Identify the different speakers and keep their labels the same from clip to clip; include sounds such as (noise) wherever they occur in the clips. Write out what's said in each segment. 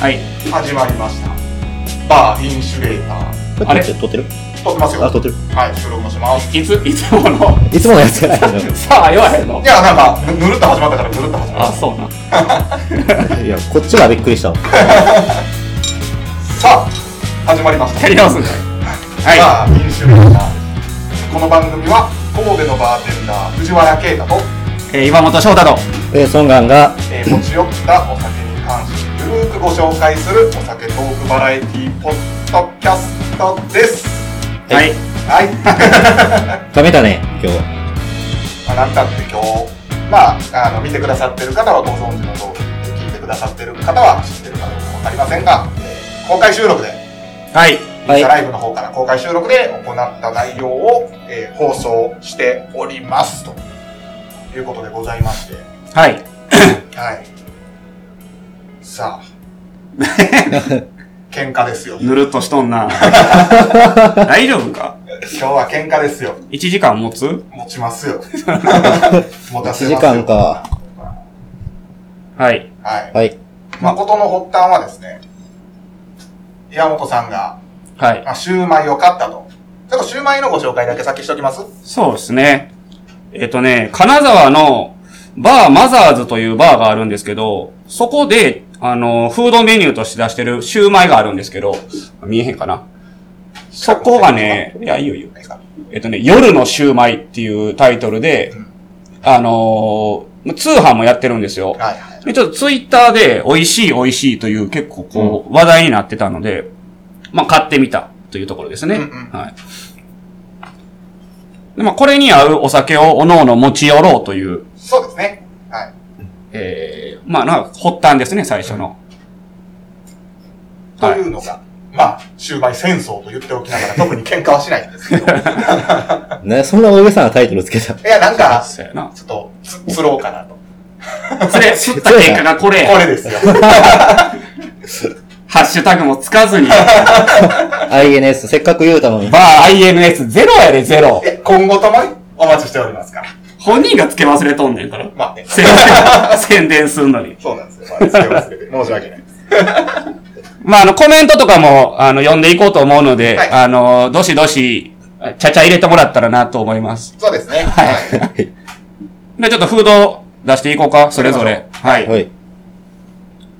Speaker 1: はい。
Speaker 2: 始まりました。バーインシュレーター。
Speaker 3: こ
Speaker 1: あれ
Speaker 3: 撮ってる撮ってる
Speaker 2: 撮ってますよ。
Speaker 3: あ、撮ってる。
Speaker 2: はい、収録もします。
Speaker 1: いつ、いつもの、
Speaker 3: いつものやつじゃないけ
Speaker 1: さあ、言わへんの
Speaker 2: いや、なんか、ぬぬるっと始まったから、ぬるっと始ま
Speaker 1: あ、
Speaker 2: っ
Speaker 1: そうな。
Speaker 3: ど。いや、こっちがびっくりしたわ。
Speaker 2: た。さあ、始まりました。
Speaker 1: やり直すんかい。は
Speaker 2: バーインシュレーターです。この番組は、神戸のバーテンダー、藤原啓太と、
Speaker 1: い。えー、岩本翔太と、
Speaker 3: えー、ソンガンが、 (laughs)
Speaker 2: えー持ち寄ったお酒に関して、ゆるーくご紹介するお酒トークバラエティポッドキャストです。
Speaker 1: はい。
Speaker 2: はい。
Speaker 3: ダメだね、今日は。
Speaker 2: まあ、なんたって今日、まあ、あの見てくださってる方はご存知の通り聞いてくださってる方は知ってるかどうか分かりませんが、えー公開収録で
Speaker 1: はい。
Speaker 3: は
Speaker 2: イン
Speaker 3: い
Speaker 2: スタ。ライブの方から公開収録で行った内容を、えー放送しておりますということでございまして
Speaker 1: はい。
Speaker 2: はいさ
Speaker 3: (laughs)
Speaker 2: あ喧嘩ですよ今
Speaker 1: ぬるっとしとん (laughs) な。大丈夫か
Speaker 2: 日は喧嘩ですよ
Speaker 1: ?1 時間持つ
Speaker 2: 持ちま
Speaker 3: (laughs)
Speaker 2: すよ持た
Speaker 3: 1
Speaker 2: せますよ
Speaker 3: 時間か。
Speaker 1: はい。
Speaker 2: はい
Speaker 3: はい。
Speaker 2: 誠の発端はですね岩本さんが
Speaker 1: はい。
Speaker 2: まあ、シューマイを買ったと。ちょっとシューマイのご紹介だけ先しときます
Speaker 1: そうですね。えっ、とね、金沢のバーマザーズというバーがあるんですけど、そこで、あの、フードメニューとして出してるシューマイがあるんですけど、見えへんかな。そこがね、いや、いいよいいよ。えっとね、夜のシューマイっていうタイトルで、あのー通販もやってるんですよ。
Speaker 2: はいはい。
Speaker 1: で、ちょっとツイッターで美味しい美味しいという結構こう話題になってたので、まあ買ってみたというところですね。
Speaker 2: うんうん
Speaker 1: はい。で、まあこれに合うお酒をおのおの持ち寄ろうという、
Speaker 2: そうですね。はい。
Speaker 1: えー、まあなんか発端ですね、最初の。
Speaker 2: というのが、まあ、シューマイ戦争と言っておきながら、特に喧嘩はしないんですけど。い
Speaker 3: ね、そんな大げさなタイトルつけた。
Speaker 2: や、なんか、
Speaker 1: そうやな。
Speaker 2: ちょっと、つ、つろうかなと。こ
Speaker 1: それ、吸った結果がこれ、
Speaker 2: れ (laughs) ですよ。
Speaker 1: ハッシュタグもつかずに、
Speaker 3: INS、せっかく言うたのに。
Speaker 1: バー INS0 やで0。
Speaker 2: え今後ともにお待ちしておりますから。
Speaker 1: 本人がつけ忘れとんねんから。
Speaker 2: まあね。
Speaker 1: 宣伝、宣伝すんのに。
Speaker 2: そうなんですよ。まあ、付け忘れて申し訳ないです。
Speaker 1: まあ、あの、コメントとかも、あの、読んでいこうと思うので、
Speaker 2: はい
Speaker 1: あの、どしどし、ちゃちゃ入れてもらったらなと思います。
Speaker 2: そうですね。
Speaker 1: はい
Speaker 2: はい。
Speaker 1: で、ちょっとフード出していこうか、それぞれ。はい。
Speaker 3: はい。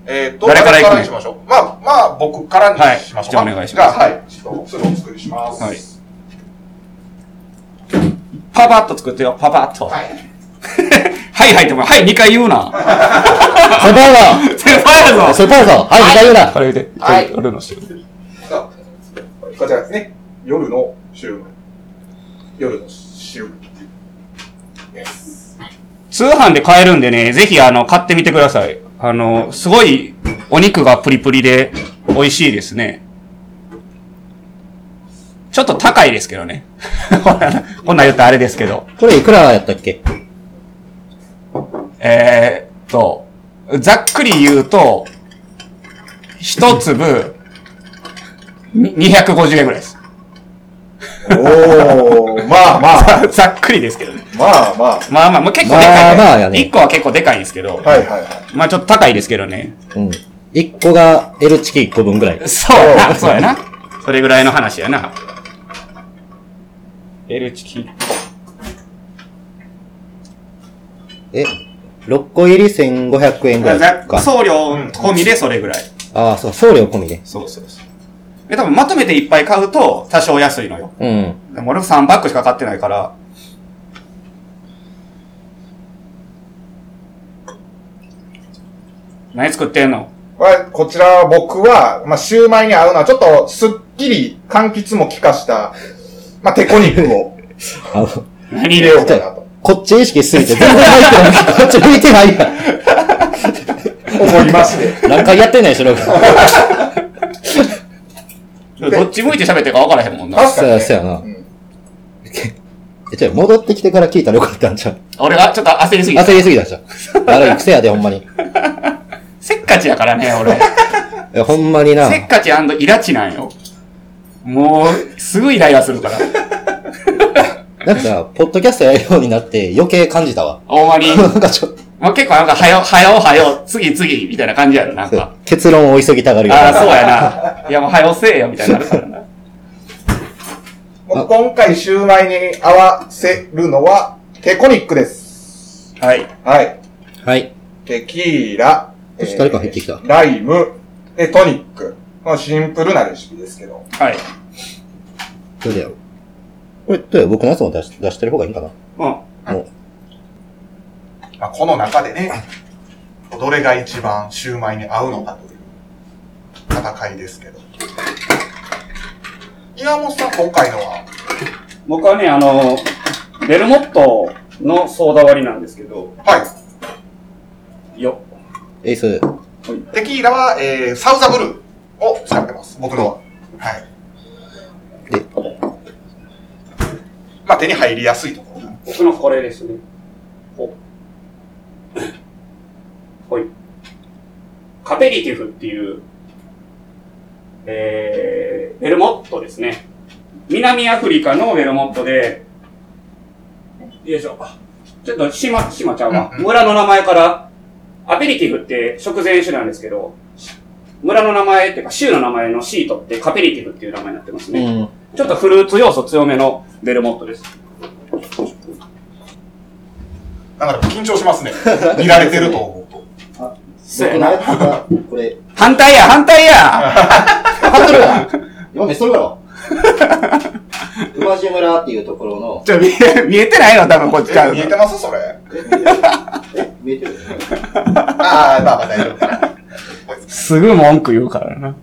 Speaker 2: えっと、
Speaker 1: 誰から行くの
Speaker 2: にしましょう。まあ、まあ、僕からにしまし
Speaker 1: はい
Speaker 2: ょうか。
Speaker 1: じゃあお願いします
Speaker 2: じゃあ、はい。ちょっと、すぐお作りします。
Speaker 1: はいパパッと作ってよ、パパッと。は、
Speaker 2: はいい。
Speaker 1: (laughs) はい、はいってお前、はい、2回言うな。
Speaker 3: セパー
Speaker 1: (laughs) 先輩や
Speaker 3: さん
Speaker 1: ぞ
Speaker 3: セパーさんはい、二回言うな
Speaker 1: これ言うて。
Speaker 2: はい
Speaker 1: 俺のしてる。
Speaker 2: さあ、こちらですね。夜のシューマイ。夜のシューマイ。Yes
Speaker 1: 通販で買えるんでね、ぜひ、あの、買ってみてください。あの、すごい、お肉がプリプリで、美味しいですね。ちょっと高いですけどね。 (laughs) こんなこんなん言ったらあれですけど。
Speaker 3: これいくらやったっけ
Speaker 1: えーっと、ざっくり言うと、一粒、に250円ぐらいです。
Speaker 2: おー、まあまあ、
Speaker 1: (laughs) ざっくりですけどね。
Speaker 2: まあまあ。
Speaker 1: まあまあ、まあ、結構でかい、
Speaker 3: まあまあやね
Speaker 1: 1個は結構でかいんですけど、
Speaker 2: はいはいは
Speaker 1: まあちょっと高いですけどね。
Speaker 3: うん。1個が L チキ1個分ぐらい。
Speaker 1: そうやな、そうやな。それぐらいの話やな。L チキ。
Speaker 3: え、6個入り1500円ぐらいか。
Speaker 1: 送料込みでそれぐらい。
Speaker 3: ああ、そう、送料込みで。
Speaker 1: そうそうそう。え、多分まとめていっぱい買うと多少安いのよ。
Speaker 3: うん。
Speaker 1: でも俺も3バッグしか買ってないから。何作ってんの
Speaker 2: いはい。こちら僕は、まあ、シューマイに合うのは、ちょっと、すっきり、柑橘も効かした、まあ、テコ肉を
Speaker 3: あの、ち
Speaker 1: 何
Speaker 2: 入れようかなと
Speaker 3: こっち意識しすぎて全然入ってない。 (laughs) こっち向いてないやん。
Speaker 2: 思いまして。
Speaker 3: 何回やってんねん、し (laughs) ろく。
Speaker 1: どっち向いて喋ってるか分からへんもんな。
Speaker 2: 確かに、ね。
Speaker 3: そうやそうやなんえ、ちょ、戻ってきてから聞いたらよかったんちゃう
Speaker 1: 俺がちょっと焦りすぎた
Speaker 3: 焦。りすぎたんちゃう悪い癖やで、ほんまに。
Speaker 1: せっかちやからね、俺。
Speaker 3: え、ほんまにな。
Speaker 1: せっかちイラチなんよ。もう、すぐイライラするから。
Speaker 3: なんかさ、ポッドキャストやるようになって余計感じたわ。
Speaker 1: ほんまに。 (laughs)
Speaker 3: なんかちょっと、
Speaker 1: まあ、結構なんか、はよ、はよ、はよ、次、次、みたいな感じやろ、なん
Speaker 4: そ
Speaker 1: か
Speaker 4: う。結論を急ぎたがるよ。
Speaker 1: ああ、そうやな。 (laughs) いや、もう、はよせえよ、みたいになるからな。
Speaker 2: もう今回シューマイに合わせるのは、テコニックです。
Speaker 1: はい。
Speaker 2: はい。
Speaker 4: はい。
Speaker 2: テキーラ。
Speaker 4: そして誰か入ってきた
Speaker 2: えーライム。で、トニック。まあ、シンプルなレシピですけど。
Speaker 1: はい。
Speaker 4: どれやろう。これ、どうや僕のやつも出し出してる方がいいんか
Speaker 1: うん。
Speaker 4: な。もう、
Speaker 2: まあ、この中でね、どれが一番シューマイに合うのかという戦いですけど。岩本さん、今回のは、
Speaker 1: 僕はね、あの、ベルモットのソーダ割りなんですけど、
Speaker 2: は
Speaker 1: よ。
Speaker 4: エース。
Speaker 2: い。テキーラは、えー、サウザブルーを使ってます。僕のは。はい。
Speaker 4: で、
Speaker 2: まあ、手に入りやすいところ。
Speaker 1: 僕のこれですね。ほ。 (coughs) ほい。カペリティフっていう、えー、ベルモットですね。南アフリカのベルモットで、よいしょ。ちょっと島、島ちゃうわ。
Speaker 2: うんうん
Speaker 1: 村の名前から、アペリティフって食前酒なんですけど、村の名前っていうか、州の名前のシートってカペリティフっていう名前になってますね。
Speaker 4: うん。
Speaker 1: ちょっとフルーツ要素強めのベルモットです。
Speaker 2: なんか緊張し (laughs) ますね。見られてると思うと。
Speaker 1: そうやな
Speaker 4: つが、これ、
Speaker 1: 反対や、反対や
Speaker 4: ハトルや今めっそる
Speaker 1: (laughs)
Speaker 4: やろ。馬路村っていうとこ
Speaker 1: (laughs)
Speaker 4: ろの、
Speaker 1: ちょ、見え、見えてないよ、多分こっちか
Speaker 2: え見えて
Speaker 1: ら。
Speaker 2: ますそれ。
Speaker 4: え、見えてる
Speaker 2: (laughs) ああ、まあまあ大丈夫かな。
Speaker 1: すぐ文句言うからな。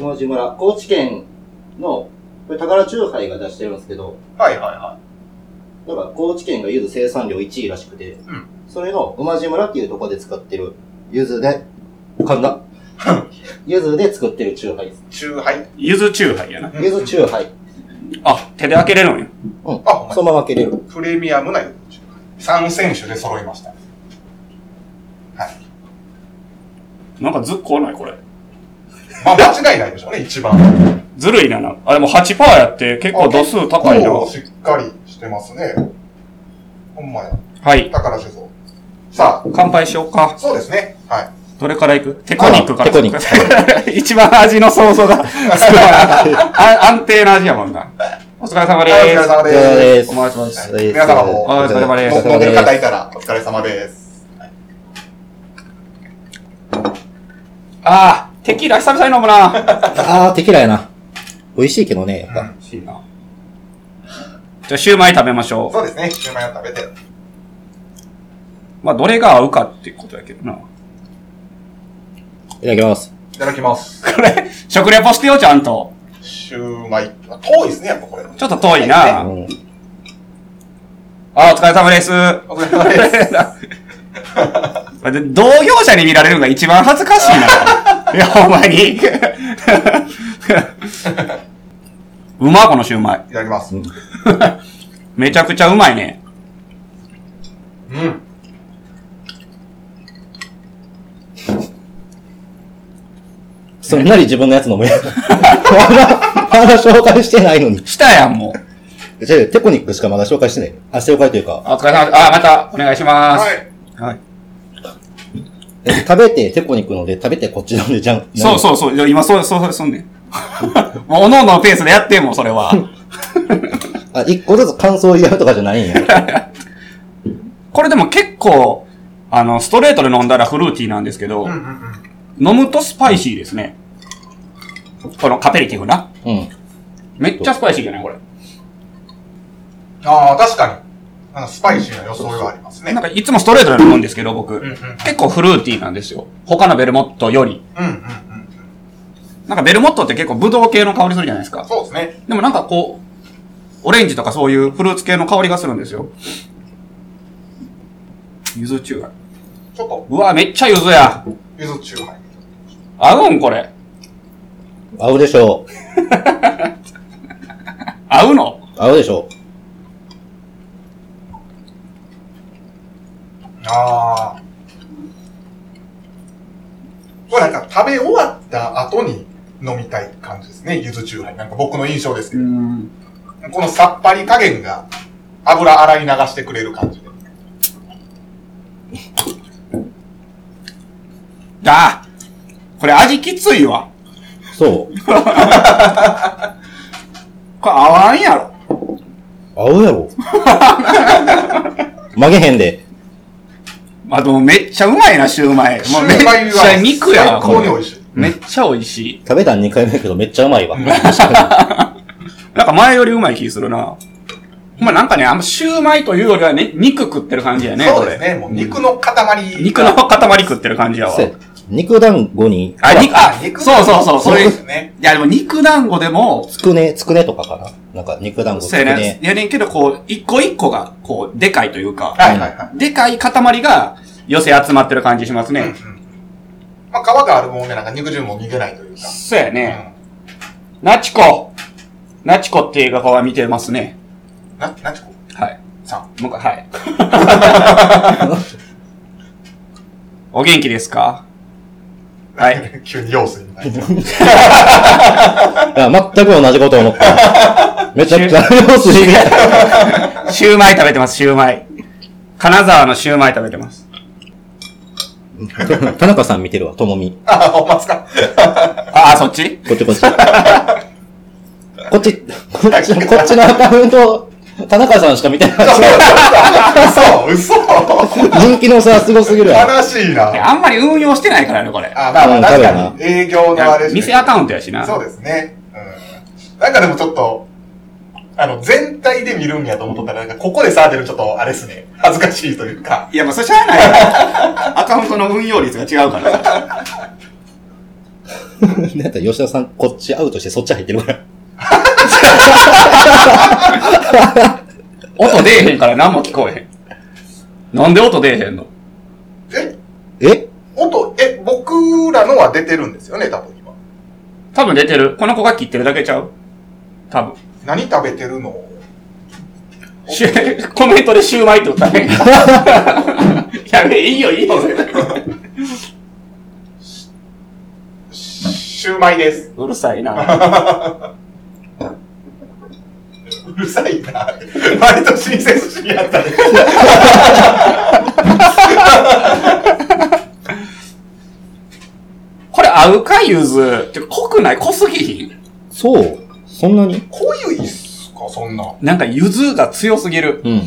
Speaker 4: 馬路村、高知県の、これ宝中杯が出してるんですけど、
Speaker 2: はいはいは
Speaker 4: だから高知県が柚子生産量1位らしくて、
Speaker 2: ん
Speaker 4: それの馬路村っていうところで使ってる柚子で、噛んだ。柚子で作ってる中杯です。
Speaker 2: い。中杯。
Speaker 1: ゆずチューハイやな。
Speaker 4: 柚子中杯。
Speaker 1: あ、手で開けれるんや。
Speaker 4: うん。
Speaker 2: あ
Speaker 4: そのまま開けれる。
Speaker 2: プレミアムな4三選手で揃いました。はい。
Speaker 1: なんかずっこない、これ。
Speaker 2: まあ間違いないでしょうね、一番。
Speaker 1: ずるいなな。あ、でも8%やって結構度数高いな。
Speaker 2: こうしっかりしてますね。ほんまや。
Speaker 1: はい。
Speaker 2: 宝酒造。さ
Speaker 1: 乾杯しようか
Speaker 2: あ、。そうですね。はい。
Speaker 1: どれからいくテコニックから。
Speaker 4: あテコニ
Speaker 1: (laughs)
Speaker 4: ッ
Speaker 1: 一番味の想像 (laughs) がつくからあ安定な味やもんな。お疲れ様で
Speaker 2: はいお疲れ
Speaker 1: す。
Speaker 2: 様
Speaker 4: お疲れ様
Speaker 1: お
Speaker 2: で
Speaker 4: です。
Speaker 1: 待ちして
Speaker 2: ます皆様も。
Speaker 1: お疲れ様です
Speaker 2: 飲んでる方いたら、お疲れ様です。
Speaker 1: あー、テキーラ久々に飲むな。
Speaker 4: あー、テキラやな。美味しいけどね、やっぱ。
Speaker 1: いいなじゃあ、シューマイ食べましょう。
Speaker 2: そうですね。シューマイを食べて。
Speaker 1: まあ、どれが合うかっていうことやけどな。
Speaker 4: いただきます。
Speaker 2: いただきます。
Speaker 1: これ、食レポしてよ、ちゃんと。
Speaker 2: シューマイ。遠いですね、やっぱこれ。
Speaker 1: ちょっと遠い
Speaker 4: うん
Speaker 1: な。。あ、お疲れ様です。
Speaker 2: お疲れ様です。
Speaker 1: (laughs) で同業者に見られるのが一番恥ずかしいな。いや、ほんまに。うま、このシューマイ。
Speaker 2: いただきます。うん。
Speaker 1: めちゃくちゃうまいね。
Speaker 4: そんなに自分のやつ飲 (laughs) むやん。まだ、まだ紹介してないのに。
Speaker 1: したやん、もう。
Speaker 4: じゃあテコニックしかまだ紹介してない。あ、紹介というか、
Speaker 1: あお疲れ様です。あ、また、お願いします。
Speaker 2: はい。
Speaker 1: はい。
Speaker 4: え食べてテコニックので、食べてこっち飲んでじゃん。
Speaker 1: そう
Speaker 4: う。
Speaker 1: そうそう。いや今、そう、そう、そう、そんねん。 (laughs) もう、おののペースでやってんもん、それは。
Speaker 4: あ、一個ずつ感想言い合うとかじゃないんや。 (laughs)
Speaker 1: これでも結構、あの、ストレートで飲んだらフルーティーなんですけど、
Speaker 2: うんうんうん。
Speaker 1: 飲むとスパイシーですね。このカペリティフな。
Speaker 4: うん。
Speaker 1: めっちゃスパイシーじゃないこれ。
Speaker 2: ああ、確かに。なんかスパイシーな装いはありますね。
Speaker 1: なんかいつもストレートで飲むんですけど、僕。
Speaker 2: うんうん
Speaker 1: 結構フルーティーなんですよ。他のベルモットより。
Speaker 2: うんうんうん。
Speaker 1: なんかベルモットって結構ブドウ系の香りするじゃないですか。
Speaker 2: そうですね。
Speaker 1: でもなんかこう、オレンジとかそういうフルーツ系の香りがするんですよ。ゆずチューハイ。
Speaker 2: ちょっと、
Speaker 1: うわ、めっちゃゆずや。
Speaker 2: ゆずチューハイ。
Speaker 1: 合うんこれ。
Speaker 4: 合うでしょう。
Speaker 1: 合うの
Speaker 4: 合うでしょ
Speaker 2: ああ。これなんか食べ終わった後に飲みたい感じですね。ゆずチューハイ。なんか僕の印象ですけど。
Speaker 1: ん。
Speaker 2: このさっぱり加減が油洗い流してくれる感じで。
Speaker 1: あこれ味きついわ。
Speaker 4: そう。
Speaker 1: これ合わんやろ。
Speaker 4: 合う (laughs) やろ。曲げへんで。
Speaker 1: あ、でもめっちゃうまいな、シューマイ。もうめっ
Speaker 2: シュウマイは
Speaker 1: ちゃ肉やわ。
Speaker 2: 最高に美味しい。
Speaker 1: めっちゃ美味しい。
Speaker 4: 食べたん2回目やけどめっちゃうまいわ。
Speaker 1: なんか前よりうまい気するな。まあなんかね、あんまシューマイというよりはね、肉食ってる感じやね。
Speaker 2: そうですね。もう肉の塊。
Speaker 1: これ。肉の。塊食ってる感じやわ
Speaker 4: そ。う肉団子に、
Speaker 1: あ、肉、あ
Speaker 2: あ、、肉。
Speaker 1: そうそうそう、そ
Speaker 2: そう
Speaker 1: れ。
Speaker 2: で
Speaker 1: い
Speaker 2: すね。
Speaker 1: や、でも肉団子でも、
Speaker 4: つくね、つくねとかかな。なんか肉団子つ
Speaker 1: そ
Speaker 4: く
Speaker 1: うやね
Speaker 4: ね。。
Speaker 1: やねんけど、こう、一個一個が、こう、でかいというか、
Speaker 2: はいはいはい。
Speaker 1: でかい塊が寄せ集まってる感じします
Speaker 2: うんう
Speaker 1: ね。
Speaker 2: ん。まあ、皮があるもんで、なんか肉汁も逃げないというか。
Speaker 1: そうやね。
Speaker 2: う
Speaker 1: ナチコ。ナチコっていう画家は見てますね。
Speaker 2: ん。な、なんちこ
Speaker 1: はい。
Speaker 2: さん。
Speaker 1: もう一回、はい。 (laughs) お元気ですかはい。。
Speaker 2: (laughs) 急に用水みたいな。
Speaker 4: いや、全く同じこと思 (laughs) った。めちゃく (laughs) ちゃ、要するに、
Speaker 1: シューマイ食べてます、シューマイ。金沢のシューマイ食べてます。
Speaker 4: 田中さん見てるわ、ともみ。
Speaker 2: あ、ほんまっすか。 (laughs)
Speaker 1: ああ、そっち
Speaker 4: こっちこっち。 (laughs) こっち、こっちの、こっちのアカウント、田中さんしか見てない。
Speaker 1: (laughs)
Speaker 2: 嘘嘘
Speaker 4: 人気の差すごすぎるわ。
Speaker 2: 悲しいな。
Speaker 1: あんまり運用してないからね、これ。
Speaker 2: あ、まあま
Speaker 4: う
Speaker 2: あ、
Speaker 4: ん
Speaker 2: 確
Speaker 4: 多
Speaker 2: か
Speaker 4: 分
Speaker 2: に。営業のあれ
Speaker 1: 店ア
Speaker 2: ウ
Speaker 1: カウントやしな。
Speaker 2: そうですね。うん。なんかでもちょっと、あの、全体で見るんやと思っとったら、なんかここでさ、出るちょっと、あれですね。恥ずかしいというか。
Speaker 1: いや、もうそれしゃあない (laughs) よアカウントの運用率が違うからさ。
Speaker 4: (laughs) だって吉田さん、こっちアウトしてそっち入ってるから。
Speaker 1: 音出えへんから何も聞こえへん。なんで音出えへんの
Speaker 2: え
Speaker 4: え
Speaker 2: 音、え、僕らのは出てるんですよね、多分今。
Speaker 1: 多分出てる。この子が切ってるだけちゃう多分。
Speaker 2: 何食べてるの
Speaker 1: シュ (laughs) コメントでシューマイって歌 (laughs) ね。やべえ、いいよ、いいよ。
Speaker 2: シューマイです。
Speaker 1: うるさいな。
Speaker 2: うるさいな。 (laughs) 割と親切心やったね。
Speaker 1: これ合うか、ゆず。って濃くない濃すぎひん
Speaker 4: そうそんなに
Speaker 2: 濃ゆいっすか、そんな。
Speaker 1: なんかゆずが強すぎる。
Speaker 4: うん。
Speaker 2: うん。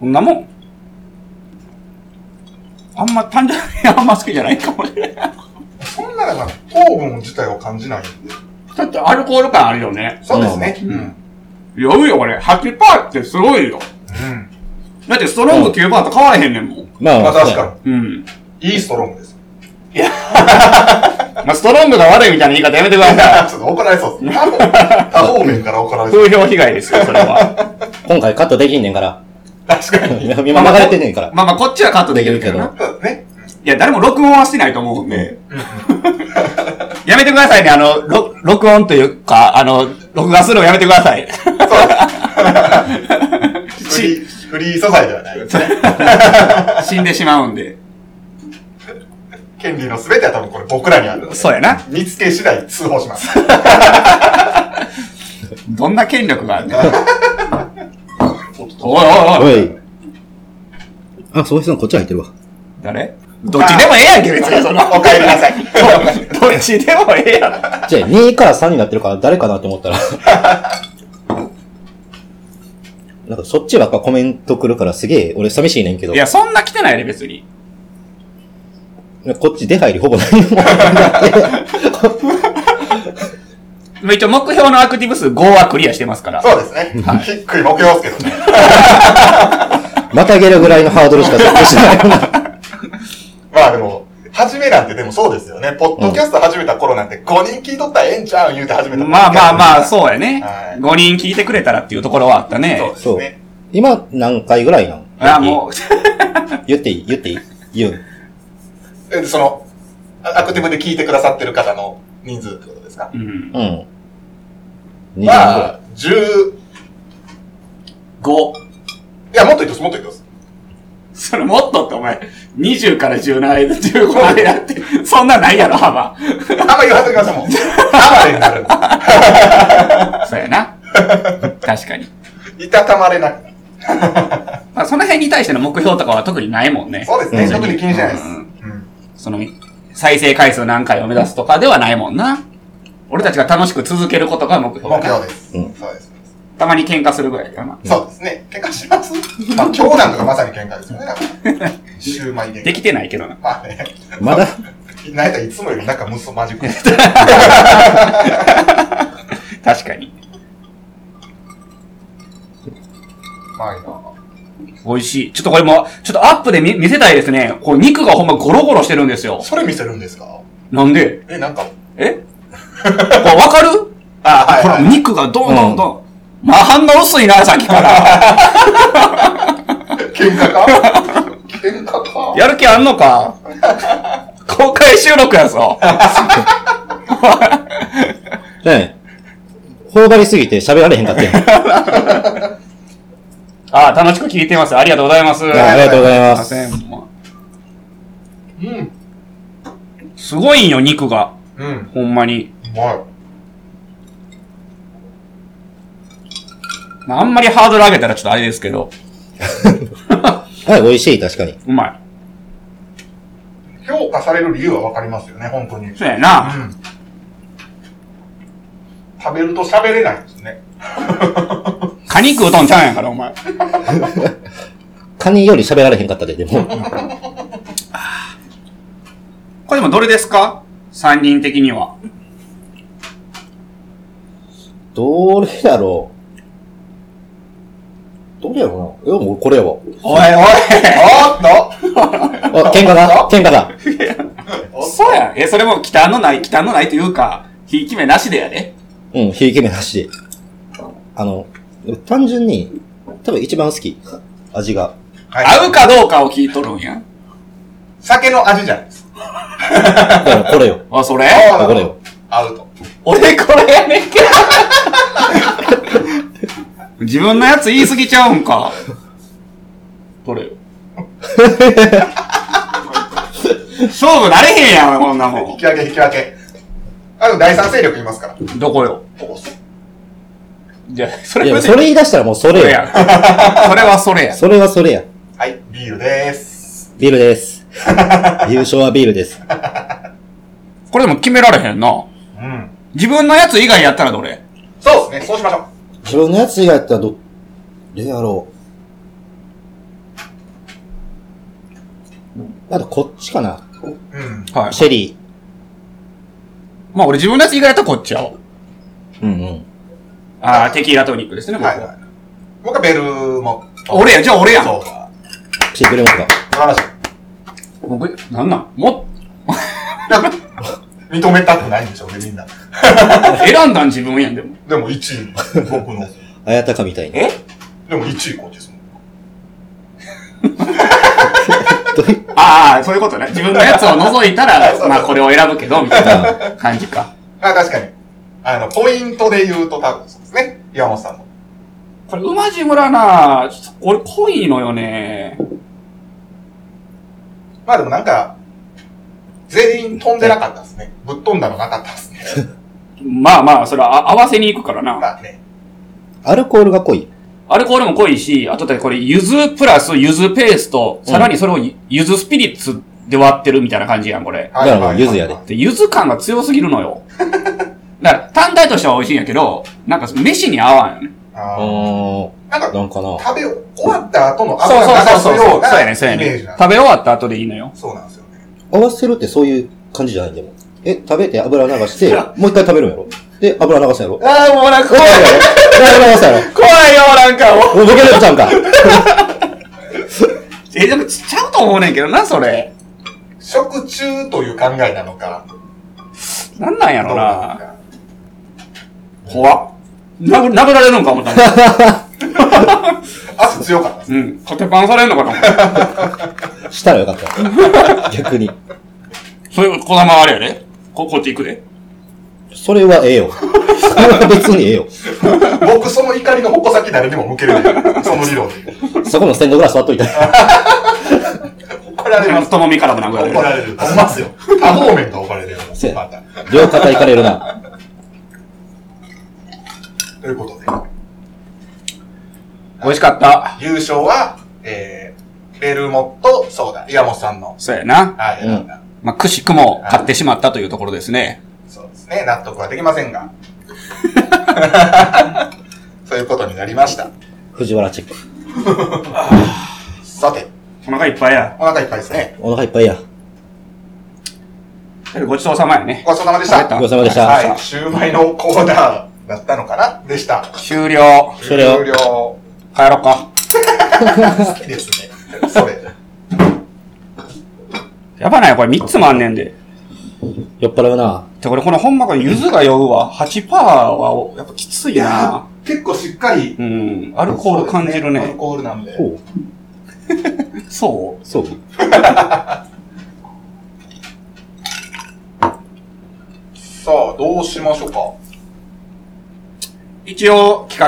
Speaker 1: こんなもん。あんま、単純に (laughs) あんま好きじゃないかもしれない。
Speaker 2: そんならなんか糖分自体を感じないんで。
Speaker 1: ちょっとアルコール感あるよね。
Speaker 2: そうですね。うん。
Speaker 1: 酔うよ、これ。8%ってすごいよ。
Speaker 2: うん。
Speaker 1: だってストロング9%と変わらへんねんもん。
Speaker 4: まあ、
Speaker 2: まあ確
Speaker 4: そうや
Speaker 2: か
Speaker 1: うん。
Speaker 2: に。いいストロングです。
Speaker 1: まあ、ストロングが悪いみたいな言い方やめてください。
Speaker 2: (laughs) ちょっと怒られそうです。多方面から怒られそう。
Speaker 1: (laughs) 風評被害ですよ、それは。
Speaker 4: 今回カットできんねんから。
Speaker 2: 確かに。
Speaker 4: 今曲がれてんねんから。
Speaker 1: まあまあ、こっちはカットできるけどな。
Speaker 2: そうですね。
Speaker 1: いや、誰も録音はしてないと思うんで。 (laughs) やめてくださいね、あの、ろ録音というか、あの、録画するのやめてくださ
Speaker 2: (laughs)
Speaker 1: い。
Speaker 2: フリー、フリー素材ではない。
Speaker 1: (laughs) 死んでしまうんで。
Speaker 2: 権利の全ては多分これ僕らにあるので。
Speaker 1: そうやな。
Speaker 2: 見つけ次第通報します。
Speaker 1: どんな権力があるん
Speaker 2: (laughs)
Speaker 1: だよおいおいお
Speaker 4: お
Speaker 1: い。
Speaker 4: い。あ、そうさんこっち入ってるわ。
Speaker 1: 誰どっちでもええやんけ、別にその。
Speaker 2: お帰りなさい。
Speaker 1: (laughs) どっちでもええやん。
Speaker 4: じゃあ、2から3になってるから誰かなと思ったら。 (laughs) なんかそっちばっかコメント来るからすげえ俺寂しいねんけど
Speaker 1: い。や、そんな来てないで、別に。
Speaker 4: こっち出入りほぼない (laughs) もんだって。
Speaker 1: まあ一応、目標のアクティブ数5はクリアしてますから。
Speaker 2: そうですね。低い目標ですけどね。
Speaker 4: またげるぐらいのハードルしか設定しないもんな。
Speaker 2: まあでも、初めなんてでもそうですよね。ポッドキャスト始めた頃なんて5人聞いとったらええんちゃうん言うて始めた。
Speaker 1: まあまあまあ、そうやね
Speaker 2: は。い
Speaker 1: 5人聞いてくれたらっていうところはあったね。
Speaker 2: そう
Speaker 4: そう
Speaker 2: ですね。
Speaker 4: 今何回ぐらいなの
Speaker 1: あ、もう、
Speaker 4: う。言っていい言っていい言う。
Speaker 2: えその、アクティブで聞いてくださってる方の人数ってことですか
Speaker 1: うん。
Speaker 4: うん。20ぐ
Speaker 2: ま
Speaker 4: ら
Speaker 2: あ、10、
Speaker 1: 5。
Speaker 2: いや、もっと言います、もっと言います。
Speaker 1: それもっとってお前、20から17まで15までやって、そんなないやろ、幅。
Speaker 2: あんま言わせてください、もう。あまりになる。
Speaker 1: そうやな。確かに。
Speaker 2: いたたまれなくなる。
Speaker 1: まあ、その辺に対しての目標とかは特にないもんね。
Speaker 2: そうですね
Speaker 1: 別
Speaker 2: 特に気にしないです
Speaker 1: うん
Speaker 2: うん
Speaker 1: その、再生回数何回を目指すとかではないもんな。俺たちが楽しく続けることが目標
Speaker 2: 目
Speaker 1: だな
Speaker 2: 標です。
Speaker 4: うん
Speaker 2: そうです。
Speaker 1: たまに喧嘩するぐらいだな。
Speaker 2: そうですね。喧嘩しますまあ、今日なんかがまさに喧嘩ですよね。だからシューマイで。
Speaker 1: できてないけどな。
Speaker 2: まあね。
Speaker 4: まだ、
Speaker 2: なんやったらいつもよりなんかむっそマジック。
Speaker 1: 確かに。
Speaker 2: まあいいな。
Speaker 1: 美味しい。ちょっとこれも、ちょっとアップで見見せたいですね。こう肉がほんまゴロゴロしてるんですよ。
Speaker 2: それ見せるんですか
Speaker 1: なんで
Speaker 2: え、なんか、
Speaker 1: えこれわかるあ、
Speaker 2: はい
Speaker 1: ほ
Speaker 2: はい
Speaker 1: ら、肉がどんどんどん。まあ、反応薄いな、さっき (laughs) から。
Speaker 2: 喧嘩か喧嘩か
Speaker 1: やる気あんのか (laughs) 公開収録やぞ。
Speaker 4: ね、頬張りすぎて喋られへんかって。
Speaker 1: あ、楽しく聞いてます。ありがとうございます。
Speaker 4: ありがとうございます
Speaker 1: すいません。も
Speaker 2: うん。
Speaker 1: うすごいんよ、肉が。
Speaker 2: うん。う
Speaker 1: ほんまに。
Speaker 2: まい。
Speaker 1: まああんまりハードル上げたらちょっとあれですけど、
Speaker 4: はい、美味しい、確かに。
Speaker 1: うまい。
Speaker 2: 評価される理由はわかりますよね、本当に。うん。
Speaker 1: そうやな。
Speaker 2: 食べると喋れないですね。
Speaker 1: カニ食うとんちゃうんやから、お前。
Speaker 4: カニより喋られへんかったで、でも。
Speaker 1: これでもどれですか三人的には。
Speaker 4: どれやろう。どれやろうな。いや、もうこれやわ。
Speaker 1: おい (laughs) お
Speaker 2: おっと
Speaker 4: あ、喧嘩だ喧嘩だ
Speaker 1: いそうやん。え、それも忌憚のない、忌憚のないというか、ひいき目なしでやで。
Speaker 4: うん、ひいき目なしで。あの、単純に、多分一番好き。味が。
Speaker 2: はい
Speaker 1: 合うかどうかを聞いとるんや。
Speaker 2: 酒の味じゃないです。
Speaker 4: だからこれよ。
Speaker 1: (laughs) あ、それ
Speaker 2: あ
Speaker 4: これよ。
Speaker 2: アウト。
Speaker 1: 俺これやねんけど。自分のやつ言い過ぎちゃうんか。どれよ。勝負なれへんやん、こんなも
Speaker 2: 引き分け、引き分け。あの、第三勢力いますから。
Speaker 1: ん。どこよ。
Speaker 2: ここ
Speaker 1: じゃそ
Speaker 4: い
Speaker 1: れ
Speaker 4: や、
Speaker 1: は
Speaker 4: それ言い出したらもうそ
Speaker 1: そ
Speaker 4: れ
Speaker 1: れや
Speaker 4: や。
Speaker 1: ん。それはそれや。
Speaker 4: それはそれや。
Speaker 2: はい、ビールです。
Speaker 4: ビールです。優勝はビールです。
Speaker 1: これでも決められへんな。
Speaker 2: うん。
Speaker 1: 自分のやつ以外やったらどれ
Speaker 2: そうですね、そうしましょう。
Speaker 4: 自分のやつ以外やったらど、どれやろう。あとこっちかな。
Speaker 2: うん。
Speaker 1: はい。
Speaker 4: シェリ
Speaker 1: まあ俺自分のやつ以外やったらこっちやわ。
Speaker 4: ー。うんうん。
Speaker 1: ああ、テキーラトニックですね、僕
Speaker 2: はい
Speaker 1: は
Speaker 2: はい。僕はベルも。
Speaker 1: 俺や、じゃあ俺やん。
Speaker 2: そうか。
Speaker 4: シェリーモンか。
Speaker 2: 素晴らしい。
Speaker 1: 僕、なんなんも
Speaker 2: 認めたくないんでしょうね、みんな。
Speaker 1: っ、選んだん自分やん、でも。
Speaker 2: でも1位、僕の。
Speaker 4: あやたかみたいに。
Speaker 1: え
Speaker 2: でも1位こっちですもん。
Speaker 1: ああ、そういうことね。自分のやつを除いた
Speaker 2: はいそうそ
Speaker 1: (laughs) ら、
Speaker 2: う
Speaker 1: まあこれを選ぶけど、みたいな感じか。
Speaker 2: あ、確かに。あの、ポイントで言うと多分そうですね。岩本さんの。
Speaker 1: これ、馬地村なちょっと俺濃いのよね。
Speaker 2: まあでもなんか、全員飛んでなかったですね。ぶっ飛んだのなかったですね。
Speaker 1: まあまあ、それはあ合わせに行くからな。
Speaker 2: まあね。
Speaker 4: アルコールが濃い。
Speaker 1: アルコールも濃いし、あとでこれ、ゆずプラスゆずペースト、さらにそれをゆずスピリッツで割ってるみたいな感じやん、これ。
Speaker 2: はい
Speaker 4: だからもう
Speaker 2: はい
Speaker 4: ゆずやで
Speaker 1: で、ゆず感が強すぎるの (laughs) よ。だから、単体としては美味しいんやけど、なんか飯に合わんよね。
Speaker 2: あー
Speaker 4: あ
Speaker 2: なん
Speaker 4: ー、な
Speaker 2: か、
Speaker 4: んかな。
Speaker 2: 食べ終わった後の
Speaker 1: そう
Speaker 2: 油
Speaker 1: そうそうそう。
Speaker 2: 流すよう
Speaker 1: そう
Speaker 2: な
Speaker 1: やね、そうや
Speaker 2: イメー
Speaker 1: ね
Speaker 2: ジ。なんで
Speaker 1: 食べ終わった後でいいのよ。
Speaker 2: そうなんですよね。
Speaker 4: 合わせるってそういう感じじゃないんだもん。え、食べて油流して、もう一回食べるんやろで、油流すんやろ
Speaker 1: ああ、もうなんか
Speaker 4: 怖いやろ (laughs) 油流すやろ
Speaker 1: 怖いよ、なんかもう。
Speaker 4: おいボケるちゃうんか。
Speaker 1: え、でもちちゃうと思うねんけどな、それ。
Speaker 2: 食中という考えなのか、
Speaker 1: なんなんや
Speaker 2: ど
Speaker 1: ろ
Speaker 2: うなの
Speaker 1: な。
Speaker 2: か。
Speaker 1: 怖っ。殴殴られるんか思った。
Speaker 2: 汗強かったです。
Speaker 1: うん。カテパンされんのかと思った。
Speaker 4: したらよかった。 (laughs) 逆に。
Speaker 1: そういうこだまあれやで。こ、こっち行くで。
Speaker 4: それはええよ。それは別にええよ。
Speaker 2: 僕、その怒りの矛先誰にも向け
Speaker 1: (laughs)
Speaker 2: るねその理論で。
Speaker 4: そこのステンドグラス割っといたら。
Speaker 2: 怒られます。
Speaker 1: 太もみからも殴られ
Speaker 2: 怒
Speaker 1: る。
Speaker 2: られる。ほんま
Speaker 1: (laughs)
Speaker 2: すよ。多方面が怒られるよ。
Speaker 4: せや
Speaker 2: また。
Speaker 4: 両肩いかれるな。
Speaker 2: ということで、
Speaker 1: 美味しかった。
Speaker 2: 優勝は、ええー、ベルモット、そうだ、岩本さんの、
Speaker 1: そうやな。
Speaker 2: はい、
Speaker 4: うん
Speaker 1: まあ、くしくも買ってしまったというところですね。
Speaker 2: そうですね、納得はできませ
Speaker 1: (laughs)
Speaker 2: んが。そういうことになりました。
Speaker 4: 藤原チェック。
Speaker 2: さて、
Speaker 1: お腹いっぱいや。
Speaker 2: お腹いっぱいですね。
Speaker 4: お腹いっぱいや。
Speaker 1: ごちそうさまやね。
Speaker 2: ごちそうさまでした。
Speaker 1: ご
Speaker 4: ちそうさまでした
Speaker 2: はい、シューマイのコーナーだったのかなでした。
Speaker 1: 終了。
Speaker 4: 終了
Speaker 2: 終了。
Speaker 1: 帰ろうか。
Speaker 2: 好きですね。それ。
Speaker 1: やばないこれ3つもあんねんで。
Speaker 4: 酔っ払うな。
Speaker 1: てこれ、このほんまこれ、ゆずが酔うわ。8%は、おやっぱきついな。
Speaker 2: 結構しっかり、
Speaker 1: うん。アルコール感じる
Speaker 2: アル
Speaker 1: ね。
Speaker 2: コールなんで。
Speaker 4: ほ
Speaker 1: そう
Speaker 4: う。そう。
Speaker 2: さあ、どうしましょうか。
Speaker 1: 一応、企画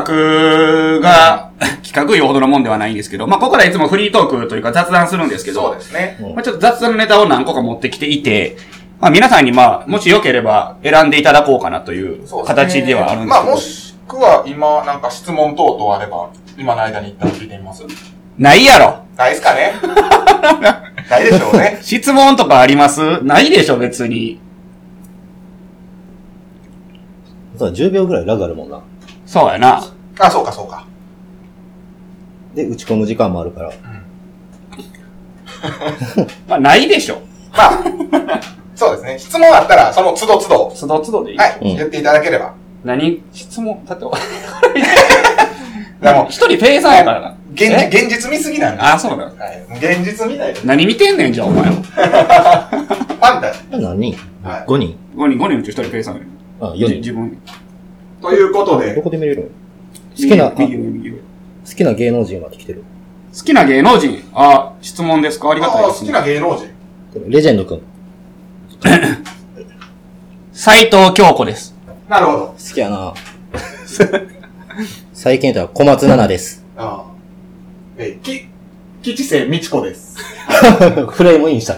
Speaker 1: が、 (laughs) 企画言うほどのもんではないんですけど、まあ、ここからいつもフリートークというか雑談するんですけ
Speaker 2: そう
Speaker 1: ど
Speaker 2: で、すね。
Speaker 1: まあ、ちょっと雑談のネタを何個か持ってきていて、まあ、皆さんにまあ、もしよければ選んでいただこうかなという
Speaker 2: そうすね
Speaker 1: 形ではあるんで
Speaker 2: まあ、も
Speaker 1: すけど、
Speaker 2: しくは今、なんか質問等々あれば、今の間に一旦聞いてみます。
Speaker 1: ないやろ
Speaker 2: ないですか
Speaker 1: (laughs)
Speaker 2: ねないでしょうね。
Speaker 1: 質問とかありますないでしょ、別に。
Speaker 4: そうだ、10秒ぐらいラグあるもんな。
Speaker 1: そうやな。
Speaker 2: あ、そうか、そうか。
Speaker 4: で、打ち込む時間もあるから。
Speaker 1: まあ、ないでしょ。
Speaker 2: まあ、そうですね。質問あったら、その都度都度、
Speaker 1: その都度でいい。
Speaker 2: はい、
Speaker 4: うん
Speaker 2: 言っていただければ。
Speaker 1: 何質問だって、
Speaker 2: で
Speaker 1: (laughs)
Speaker 2: も、
Speaker 1: 一人ペイさんやからな。
Speaker 2: 現
Speaker 1: え
Speaker 2: 現実見すぎなんで。
Speaker 1: あ、そうだ。
Speaker 2: はい、もう現実見ないで。フ
Speaker 1: 何見てんねん、じゃあ、お前は。
Speaker 2: ァンタジ
Speaker 4: 何人
Speaker 2: ー。はい。
Speaker 4: ?5 人
Speaker 1: 5人、5人うち1人ペイさんやね
Speaker 4: あ、4人。
Speaker 1: 自分。
Speaker 2: ということ
Speaker 4: ど
Speaker 2: で、
Speaker 4: こで見れるの好きな、あ
Speaker 1: 右上右上
Speaker 4: 好きな芸能人は来てる。
Speaker 1: 好きな芸能人。あ、質問ですかありがたい
Speaker 2: あ
Speaker 1: で
Speaker 2: ー好
Speaker 1: す、
Speaker 2: き
Speaker 1: ね。
Speaker 2: な芸能人。
Speaker 4: レジェンドくん。好
Speaker 1: 斎藤京子です。
Speaker 2: なるほど。
Speaker 4: きや (laughs) な最近言ったら小松菜奈です。
Speaker 2: あーえー、き、吉瀬美智子です。
Speaker 4: フレームインした。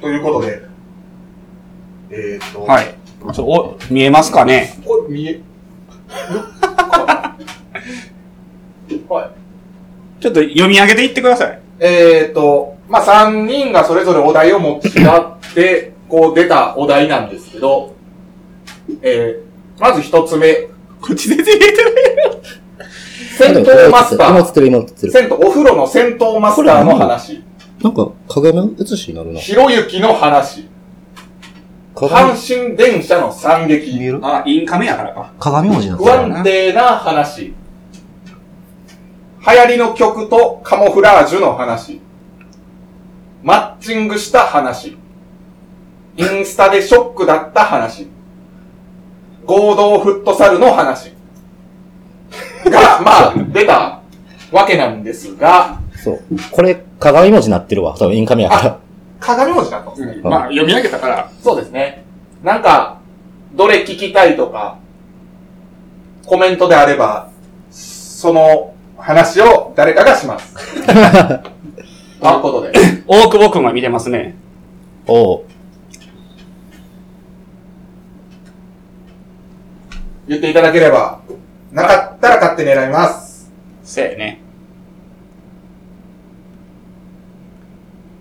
Speaker 2: ということで、えーっと、
Speaker 1: はい。ちょっとお、見えますかね
Speaker 2: これ見え、 (laughs) はい。
Speaker 1: ちょっと読み上げていってください。
Speaker 2: えー、と、まあ、3人がそれぞれお題を持ち合って、こう出たお題なんですけど、えー、まず一つ目、
Speaker 1: こっち全然言えてない。
Speaker 2: 戦闘マスタ
Speaker 4: 今映
Speaker 2: ー
Speaker 4: っ、てる、今映ってる。
Speaker 2: 戦闘、お風呂の戦闘マスターの話、
Speaker 4: なんか、鏡映しになるな。
Speaker 2: ひろゆきの話、
Speaker 4: 鏡、
Speaker 2: 阪神電車の惨
Speaker 4: 見え
Speaker 2: 劇、
Speaker 4: る
Speaker 1: あ、インカメやからか。
Speaker 4: 鏡文字になって
Speaker 2: 不
Speaker 4: る
Speaker 2: 安定な話、流行りの曲とカモフラージュの話、マッチングした話、インスタでショックだった話、合同フットサルの話が、まあ、出たわけなんですが、
Speaker 4: そう。これ、鏡文字になってるわ。多分インカメやから。
Speaker 2: 鏡文字だったんですね。
Speaker 1: まあ、読み上げたから。
Speaker 2: そうですね。なんか、どれ聞きたいとか、コメントであれば、その話を誰かが
Speaker 1: (laughs)
Speaker 2: します。ということで。
Speaker 1: 大久保くんは見てますね。
Speaker 4: おう。
Speaker 2: 言っていただければ、なかったら勝手に選びます。
Speaker 1: せやね。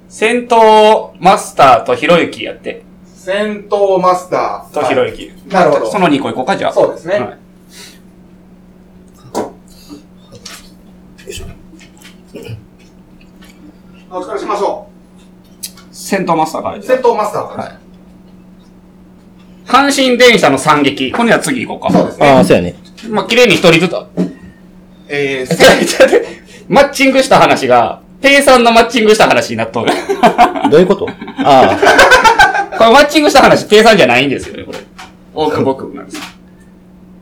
Speaker 1: 戦闘マスターとひろゆきやって。
Speaker 2: 戦闘マスター。
Speaker 1: とひろゆき。
Speaker 2: なるほど
Speaker 1: その2個いこうか、じゃあ。
Speaker 2: そうですね
Speaker 1: はい
Speaker 2: お疲れしましょ
Speaker 1: 戦闘マスターから
Speaker 2: う。
Speaker 1: じゃ
Speaker 2: 戦闘マスターから、
Speaker 1: はいあ阪神電車の惨劇。これは次行こう
Speaker 2: そう
Speaker 1: か。
Speaker 2: です
Speaker 4: あ
Speaker 2: ね
Speaker 4: あ、。そうやね。
Speaker 1: まあ、綺麗に一人ずつ。
Speaker 2: えー、
Speaker 1: ちょっと待ってマッチングした話が、ペイさんのマッチングした話になっとる。
Speaker 2: (laughs)
Speaker 4: どういうことああ、
Speaker 1: これマッチングした話、ペイさんじゃないんですよね、これ。大久保くんなんです。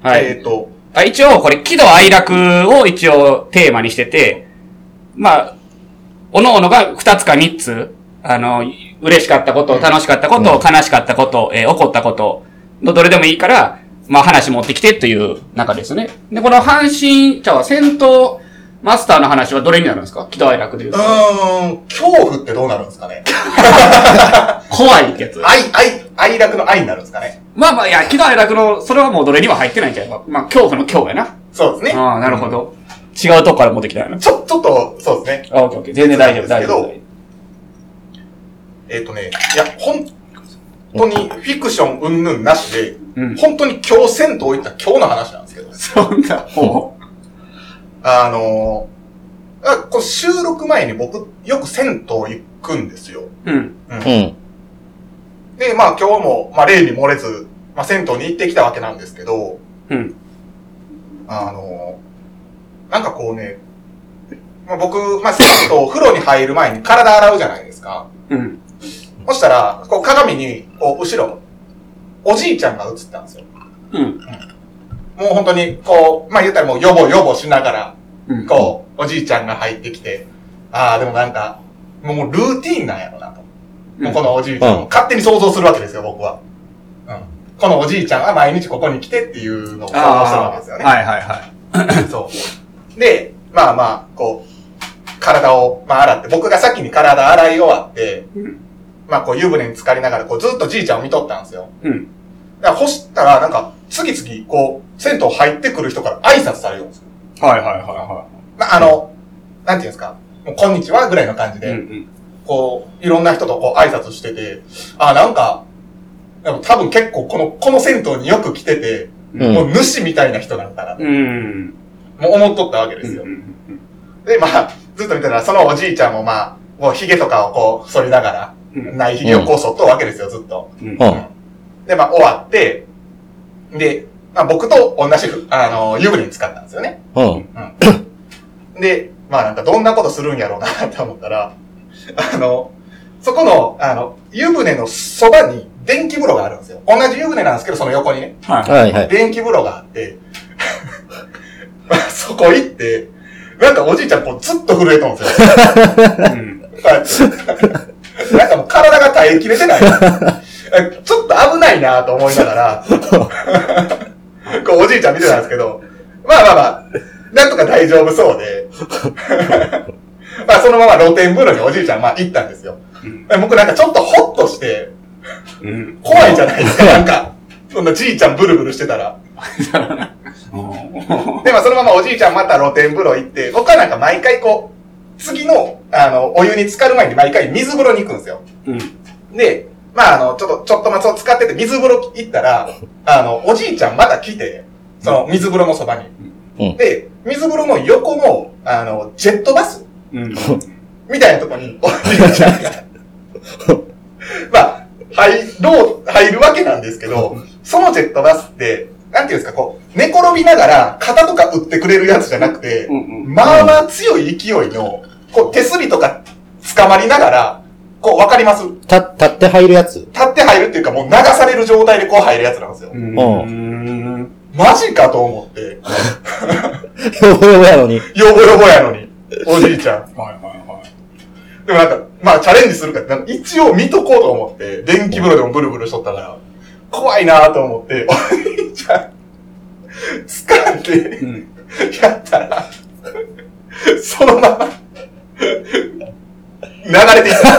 Speaker 1: はい。
Speaker 2: えーと、
Speaker 1: あ一応、これ、喜怒哀楽を一応テーマにしてて、まあ、おのおのが二つか三つ、あの、嬉しかったこと、楽しかったこと、悲しかったこと、えー怒ったことのどれでもいいから、まあ話持ってきてという中ですね。で、この阪神、じゃあ戦闘マスターの話はどれになるんですか喜怒哀楽で言
Speaker 2: う
Speaker 1: うと。
Speaker 2: ーん、恐怖ってどうなるんですかね
Speaker 1: 怖いやつ。
Speaker 2: 愛、愛、愛楽の愛になるんですかね
Speaker 1: まあまあ、いや、喜怒哀楽の、それはもうどれには入ってないんじゃないまあ、恐怖の恐怖やな。
Speaker 2: そうですね。
Speaker 1: ああ、なるほど。違うとこから持ってきたよな。
Speaker 2: ちょ、ちょっと、そうですね。
Speaker 1: あ、オッケーオッケー。全然大丈夫、大丈夫。大丈
Speaker 2: えっ、とね、いや、本当にフィクション云々なしで、
Speaker 1: 夫うん。
Speaker 2: 本当に今日銭湯行った今日の話なんですけど、
Speaker 1: そんな、も
Speaker 2: あのーあこう収録前に僕、よく銭湯行くんですよ。
Speaker 1: う。うん。
Speaker 4: うん。
Speaker 2: で、まあ今日も、まあ例に漏れず、まあ銭湯に行ってきたわけなんですけど、
Speaker 1: うん
Speaker 2: あのーなんかこうね、まあ、僕、まあ銭湯、風呂に入る前に体洗うじゃないですか。
Speaker 1: うん。
Speaker 2: そしたら、こう鏡に、こう後ろ、おじいちゃんが映ったんですよ。
Speaker 1: うん。
Speaker 2: もう本当に、こう、まあ言ったらもうヨボヨボしながら、
Speaker 1: うん。
Speaker 2: こう、おじいちゃんが入ってきて、ああ、でもなんか、もうもうルーティンなんやろなと。もうこのおじいちゃんを勝手に想像するわけですよ、僕は。うん。このおじいちゃんが毎日ここに来てっていうのを想像するわけですよね。
Speaker 1: はいはいはい。
Speaker 2: そう。で、まあまあ、こう、体を、まあ洗って、僕が先に体洗い終わって、
Speaker 1: ん
Speaker 2: まあこう湯船に浸かりながら、こうずっとじいちゃんを見とったんですよ。
Speaker 1: うん。
Speaker 2: だから干したら、なんか、次々、こう、銭湯入ってくる人から挨拶されるんですよ。
Speaker 1: はいはいはいは
Speaker 2: まああの、なんていうんですか、もうこんにちはぐらいの感じ
Speaker 1: い。
Speaker 2: で、
Speaker 1: うん
Speaker 2: こう、いろんな人とこう挨拶してて、あ、なんか、でも多分結構この、この銭湯によく来てて、
Speaker 1: うん。
Speaker 4: うん
Speaker 2: もう主みたいな人なんだな、
Speaker 1: うん。うん。
Speaker 2: もう思っとったわけですよ。
Speaker 1: うん。
Speaker 2: で、まあ、ずっと見てたら、そのおじいちゃんもまあ、もう髭とかをこう、剃りなが
Speaker 1: う
Speaker 2: ら、
Speaker 1: ん
Speaker 2: ない髭をこう、剃っとるわけですよ、ずっと。
Speaker 1: うん。
Speaker 4: うん。
Speaker 2: で、まあ、終わって、で、まあ、僕と同じふ、あの、湯船に使ったんですよね。
Speaker 4: うん。
Speaker 2: で、まあ、なんか、どんなことするんやろうな、と思ったら、あの、そこの、あの、湯船のそばに電気風呂があるんですよ。同じ湯船なんですけど、その横にね、
Speaker 1: はい。
Speaker 4: はいはい。
Speaker 2: 電気風呂があって、 (laughs) まあそこ行って、なんかおじいちゃんこうずっと震えとんですよ。
Speaker 1: うん。
Speaker 2: はいなんかもう体が耐えきれてない。 (laughs) ちょっと危ないなと思いながら、こうおじいちゃん見てたんですけど、まあまあまあ、なんとか大丈夫そうで、まあそのまま露天風呂におじいちゃんまあ行ったんですよ。僕なんかちょっとホッとして、
Speaker 1: うん。
Speaker 2: 怖いじゃないですか、なんか。そんなじいちゃんブルブルしてたら。で、まあそのままおじいちゃんまた露天風呂行って、僕はなんか毎回こう、次の、あの、お湯に浸かる前に毎回水風呂に行くんですよ。
Speaker 1: うん。
Speaker 2: で、まああの、ちょっと、ちょっとまつを使ってて水風呂行ったら、あの、おじいちゃんまた来て、その水風呂のそばに。
Speaker 4: うん
Speaker 2: で、水風呂の横の、あの、ジェットバス
Speaker 1: うん。
Speaker 2: みたいなとこにおじいちゃんが、まあ、入ろう、入るわけなんですけど、そのジェットバスって、なんていうんですか、こう、寝転びながら肩とか打ってくれるやつじゃなくて、
Speaker 1: うん。
Speaker 2: まあまあ強い勢いの、こう、手すりとか捕まりながら、こう、わかります立
Speaker 4: た、立って入るやつ (laughs)
Speaker 2: って入るっていうか、もう流される状態でこう入るやつなんですよ。
Speaker 1: うん。
Speaker 2: マジかと思って、
Speaker 4: よぼよぼやのに。
Speaker 2: ヨボヨボやのに、おじいちゃん。
Speaker 1: はいはい
Speaker 2: でもなんか、まあチャレンジするから、なんか一応見とこうと思って、電気風呂でもブルブルしとったから、怖いなと思って、 (laughs) おじいちゃん、掴んで、
Speaker 1: はい。うん。
Speaker 2: やったら、そのまま、流れていった。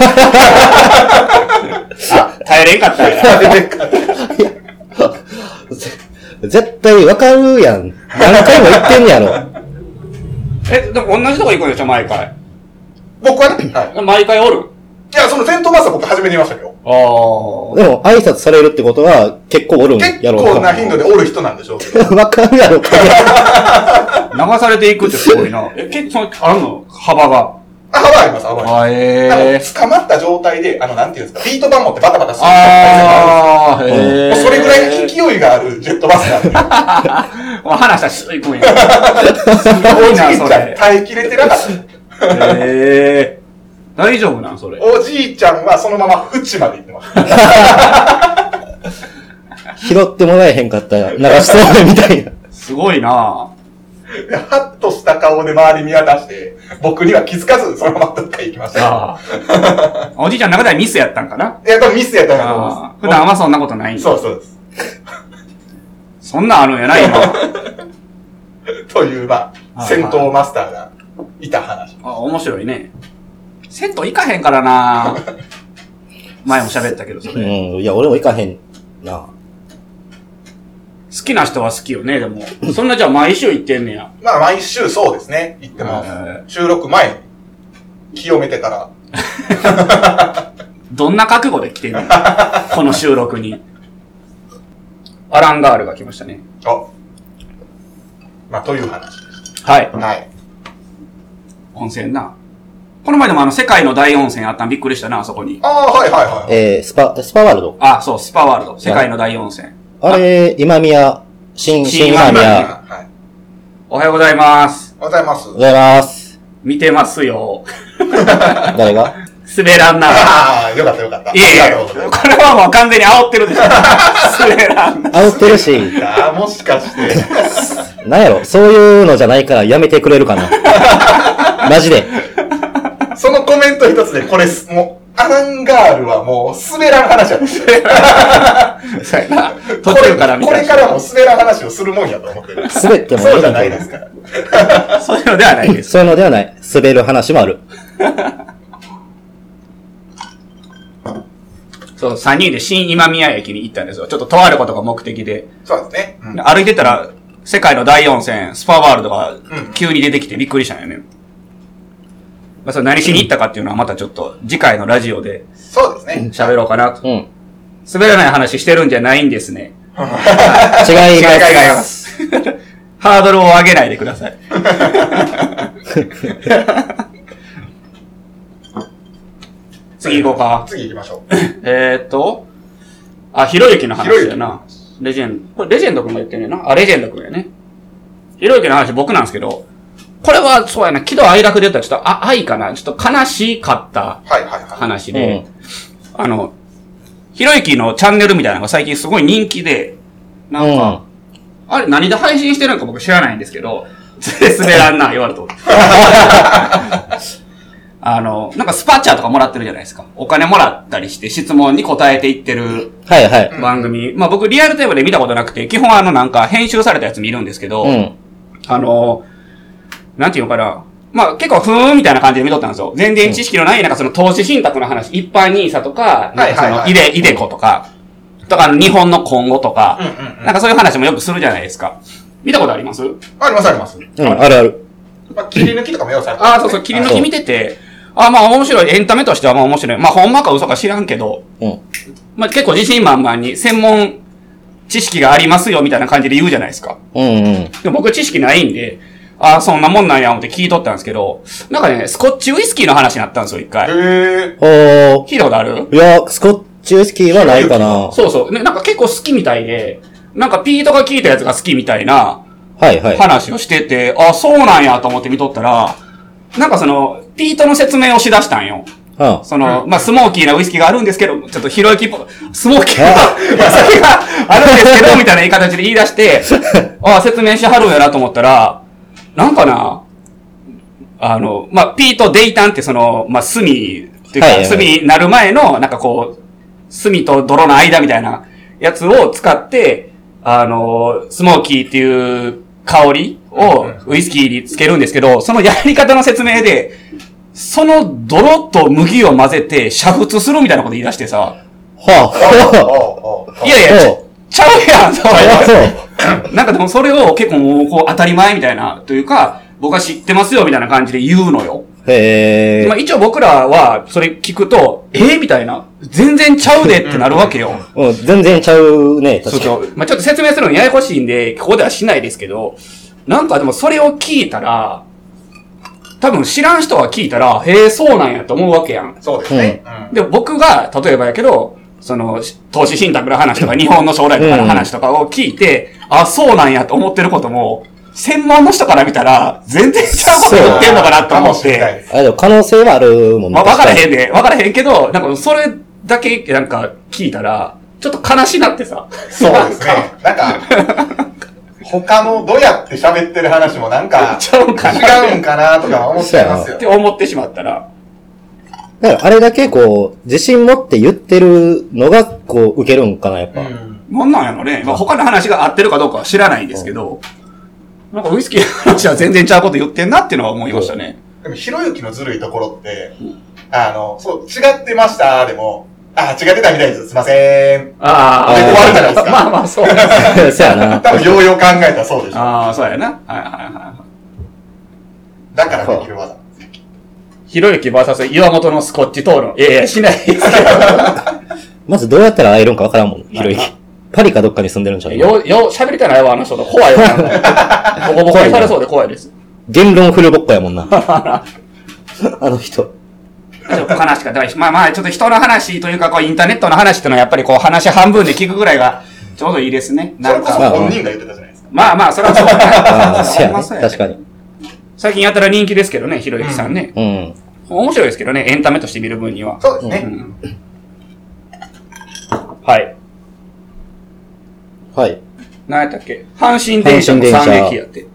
Speaker 1: あ、耐えれんかったんや。
Speaker 4: 絶対わかるやん。何回も言ってんやろ。
Speaker 1: え、でも同じとこ行くんでしょ、毎回。
Speaker 2: 僕はね、はい。
Speaker 1: 毎回おる
Speaker 2: いや、その戦闘マスター僕初めて見ましたけど。
Speaker 1: あ
Speaker 4: でも挨拶されるってことは結構おるん
Speaker 2: 結
Speaker 4: やろう
Speaker 2: 構な頻度でおる人なんでしょうけど。
Speaker 4: (laughs) わかるやろか。
Speaker 1: あ。流されていくってすごいな。え、結構、あるの幅が。
Speaker 2: あ、幅あります、幅あります。
Speaker 1: あ、
Speaker 2: なん
Speaker 1: え
Speaker 2: か捕まった状態で、あの、なんていうんですか、ビート板持ってバタバタするみたいな
Speaker 1: ああ、へえ。
Speaker 2: もうそれぐらいの勢いがあるジェットバスなんで、
Speaker 1: お話したらしいくん (laughs) や。すご
Speaker 2: お
Speaker 1: いな、
Speaker 2: じい
Speaker 1: そ
Speaker 2: ちゃん
Speaker 1: れ。
Speaker 2: 耐えきれてなかった。
Speaker 1: へえ。大丈夫なん、それ。
Speaker 2: おじいちゃんはそのまま縁まで行って
Speaker 1: (laughs)
Speaker 2: ます。
Speaker 4: 拾ってもらえへんかったら流しそうめんみたいな。
Speaker 1: すごいな。
Speaker 2: でハッとした顔で周り見渡して、僕には気づかず、そのままどっか行きました。
Speaker 1: ああ。 (laughs) おじいちゃんの中ではミスやったんかな。
Speaker 2: いや、多分ミスやったんだと
Speaker 1: あ
Speaker 2: 思いま
Speaker 1: あ
Speaker 2: す。
Speaker 1: 普段あんまそんなことないんや
Speaker 2: そうそうです。
Speaker 1: そんなんあるんやな、今。
Speaker 2: という、まあ、
Speaker 1: はい
Speaker 2: 戦
Speaker 1: はい
Speaker 2: 闘マスターがいた話。
Speaker 1: (laughs) あ、面白いね。銭湯行かへんから (laughs) な前も喋ったけど、それ。
Speaker 4: うん。いや、俺も行かへんな。
Speaker 1: 好きな人は好きよね、でも。そんなじゃあ毎週行ってんねや。
Speaker 5: まあ、毎週そうですね。行ってます。
Speaker 1: え
Speaker 5: 収録前、清めてから。
Speaker 1: ーどんな覚悟で来てん (laughs) のこの収録に。アランガールが来ましたね。
Speaker 5: あ。まあ、という話。
Speaker 1: はい。
Speaker 5: はい。
Speaker 1: 温泉な。この前でもあの、世界の大温泉あったんびっくりしたな、あそこに。
Speaker 5: ああ、はいはいはい。
Speaker 4: えー、スパ、スパワールド。
Speaker 1: あ、そう、スパワールド。世界の大温泉。
Speaker 4: あれ、今宮、新、
Speaker 1: 新
Speaker 4: 新今
Speaker 1: 今
Speaker 4: 宮。
Speaker 5: はい。
Speaker 1: おはようございます。
Speaker 5: おはようございます
Speaker 4: お。はようございます。
Speaker 1: 見てますよ。
Speaker 4: 誰が
Speaker 1: 滑らんな。
Speaker 5: ああ、 (laughs) よかったよかった。
Speaker 1: (laughs) いやい
Speaker 5: あ
Speaker 1: や、
Speaker 5: りがとう
Speaker 1: こ
Speaker 5: ござ
Speaker 1: れ
Speaker 5: います
Speaker 1: はもう完全に煽ってるでし (laughs) ょ。滑らんな。
Speaker 4: 煽ってるし、
Speaker 5: あーもしかして。
Speaker 4: なんやろ、そういうのじゃないからやめてくれるかな。マジで。
Speaker 5: (laughs) そのコメント一つで、これす、もう、アランガールはもう、滑らん話やと。
Speaker 1: (laughs) 途中から見
Speaker 5: こ
Speaker 1: た
Speaker 5: れ
Speaker 1: り
Speaker 5: これからも滑らん話をするもんやと思ってる。
Speaker 4: 滑ってもいい
Speaker 5: そう
Speaker 4: み
Speaker 5: じ
Speaker 4: た
Speaker 5: ゃない
Speaker 4: い
Speaker 5: ですから。
Speaker 1: そういうのではないです。
Speaker 4: そういうのではない。滑る話もある。
Speaker 1: そう、3人で新今宮駅に行ったんですよ。ちょっととあることが目的で。
Speaker 5: そうですね。うん
Speaker 1: で歩いてたら、世界の大温泉、スパワールドが
Speaker 5: ん
Speaker 1: 急に出てきてびっくりしたんよね。まあ、それ何しに行ったかっていうのはまたちょっと次回のラジオで
Speaker 5: そうですね。
Speaker 1: 喋ろうかなと。
Speaker 4: うん。
Speaker 1: 滑らない話してるんじゃないんですね。
Speaker 4: 違います。
Speaker 1: 違います。 (laughs) ハードルを上げないでください。次行こうか。
Speaker 5: 次行きましょ
Speaker 1: えーっと、あ、ひろゆきの話だな。レジェンド。これレジェンド君が言ってんねんな。あ、レジェンド君やね。ひろゆきの話僕なんですけど、これはそうやな、喜怒哀楽で言ったらちょっと、あ、愛かな。ちょっと悲しかった
Speaker 5: う。はいはいはい。
Speaker 1: 話で、あの、ひろゆきのチャンネルみたいなのが最近すごい人気で、なんか、
Speaker 4: うん。
Speaker 1: あれ、何で配信してるのか僕知らないんですけど、滑らんな、言われ (laughs) と。あの、なんかスパチャとかもらってるじゃないですか。お金もらったりして質問に答えていってる
Speaker 4: はいはい。
Speaker 1: 番組。まあ僕リアルタイムで見たことなくて、基本あのなんか編集されたやつ見るんですけど、
Speaker 4: うん。
Speaker 1: あの、なんていうのかな。まあ結構ふーんみたいな感じで見とったんですよ。全然知識のない、なんかその投資信託の話、一般ニーサとか、なんかそ
Speaker 5: はいはい
Speaker 1: の
Speaker 5: はい
Speaker 1: イデ、イデコとか、とかあの日本の今後とか、
Speaker 5: うんうんうん。
Speaker 1: なんかそういう話もよくするじゃないですか。見たことあります
Speaker 5: ありますあります。
Speaker 4: うん。あるある。
Speaker 5: まあ、切り抜きとかもようされてます
Speaker 1: ああ、そうそう、切り抜き見てて、ああ、まあ面白い。エンタメとしてはまあ面白い。まあほんまか嘘か知らんけど、
Speaker 4: うん。
Speaker 1: まあ結構自信満々に専門知識がありますよみたいな感じで言うじゃないですか。
Speaker 4: うんうん。
Speaker 1: でも僕知識ないんで、ああ、そんなもんなんや思って聞いとったんですけど、なんかね、スコッチウイスキーの話になったんですよ、一回。 (laughs)
Speaker 5: へえ。
Speaker 4: お
Speaker 1: 聞いたことある
Speaker 4: ー。いや、スコッチウイスキーはないかな。
Speaker 1: そうそう。ね、なんか結構好きみたいで、なんかピートが聞いたやつが好きみたいな、
Speaker 4: はいはい。
Speaker 1: 話をしてて、あ、そうなんやと思って見とったら、なんかその、ピートの説明をしだしたんよ。
Speaker 4: うん。
Speaker 1: その、まあ、スモーキーなウイスキーがあるんですけど、ちょっとひろゆきっぽ、スモーキーなお酒があるんですけど、みたいな言い形で言い出
Speaker 4: (laughs)
Speaker 1: して、あ、説明しはるんやなと思ったら、なんかな、あの、まあ、ピート・デイタンってその、まあ、炭っていう
Speaker 4: はいはいは
Speaker 1: か、
Speaker 4: い
Speaker 1: 炭になる前の、なんかこう、炭と泥の間みたいなやつを使って、あの、スモーキーっていう香りをウイスキーにつけるんですけど、そのやり方の説明で、その泥と麦を混ぜて煮沸するみたいなこと言い出してさ、
Speaker 4: は
Speaker 5: おうおうおう
Speaker 1: いやいや、ち
Speaker 4: おう
Speaker 1: ちゃうやんと思って
Speaker 4: あ。そう。
Speaker 1: なんかでもそれを結構もうこう当たり前みたいな、というか、僕は知ってますよみたいな感じで言うのよ。
Speaker 4: へ
Speaker 1: まあ
Speaker 4: え。
Speaker 1: 一応僕らはそれ聞くと、えーみたいな。全然ちゃうでってなるわけよ。
Speaker 4: うん、全然ちゃうね、
Speaker 1: そう
Speaker 4: 確か
Speaker 1: そう。まあちょっと説明するのややこしいんで、ここではしないですけど、なんかでもそれを聞いたら、多分知らん人は聞いたら、へえ、そうなんやと思うわけやん。
Speaker 5: そうですね。うん
Speaker 1: で、僕が、例えばやけど、その、し投資信託の話とか、日本の将来とかの話とかを聞いて、あ、そうなんやと思ってることも、専門の人から見たら、全然違うこと言ってんのかなと思っ
Speaker 5: かもしれない
Speaker 1: て。
Speaker 5: です
Speaker 4: に。あ、でも可能性はあるもん
Speaker 1: まあ、わからへん
Speaker 4: ん。
Speaker 1: で、わからへんけど、なんかそれだけ、なんか、聞いたら、ちょっと悲しなってさ。
Speaker 5: そうですね。なんか、他のどうやって喋ってる話もなんか、
Speaker 1: ちゃうんかな。
Speaker 5: 違うんかなとか思っちゃいます
Speaker 1: っ
Speaker 5: よ
Speaker 1: て。思ってしまったら、
Speaker 4: だからあれだけこう、自信持って言ってるのが、こう、受けるんかな、やっ
Speaker 5: う
Speaker 4: (laughs) ぱ。
Speaker 5: ん。
Speaker 1: なんなんやろね。まあ、他の話が合ってるかどうかは知らないんですけど、なんかウイスキーの話は全然ちゃうこと言ってんなっていうのは思いましたね。
Speaker 5: でも、ひろゆきのずるいところって、あの、そう、違ってました、でも、
Speaker 2: あ、違ってたみたいです。すいません。
Speaker 1: あ
Speaker 2: で終わるじゃないですか
Speaker 1: まあまあ、そう。
Speaker 4: そやな。
Speaker 2: 多分、ようよう考えたらそうでし
Speaker 1: (laughs)
Speaker 2: ょ。
Speaker 1: ああ、そうやな。はいはいは
Speaker 2: だからできる技。
Speaker 1: い。ひろゆき VS 岩本のスコッチ討論。いやいや、しないですけ
Speaker 4: まずどうやったら会えるんかわからんもん、ひろゆき。パリかどっかに住んでるんちゃ
Speaker 1: ど。
Speaker 4: う
Speaker 1: よ、よ、喋りたないわ、あの人と。怖いわ。 (laughs) あの人ボコボコにされそうで怖いです。
Speaker 4: 言論フルボッコやもん (laughs) な。あの人。
Speaker 1: ちょっと話が、だからまあまあ、ちょっと人の話というか、こう、インターネットの話っていうのは、やっぱりこう、話半分で聞くぐらいが、ちょうどいいですね。
Speaker 2: そ
Speaker 1: な
Speaker 2: れ
Speaker 1: ん
Speaker 2: こそ
Speaker 1: か。
Speaker 2: 本人が言ってたじゃないですか。
Speaker 1: まあまあ、それはそう
Speaker 4: ああ、そ
Speaker 1: だ
Speaker 4: や
Speaker 1: ね。
Speaker 4: ね。
Speaker 1: それは
Speaker 4: 確
Speaker 1: そうや
Speaker 4: か
Speaker 1: ね
Speaker 4: に。
Speaker 1: 最近やったら人気ですけどね、ひろゆきさんね。
Speaker 4: うん。
Speaker 1: 面白いですけどね、エンタメとして見る分には。
Speaker 2: そうですね。
Speaker 1: はい。
Speaker 4: はい。
Speaker 1: 何やったっけ阪神電車の
Speaker 4: 阪神電車
Speaker 1: 3駅やって。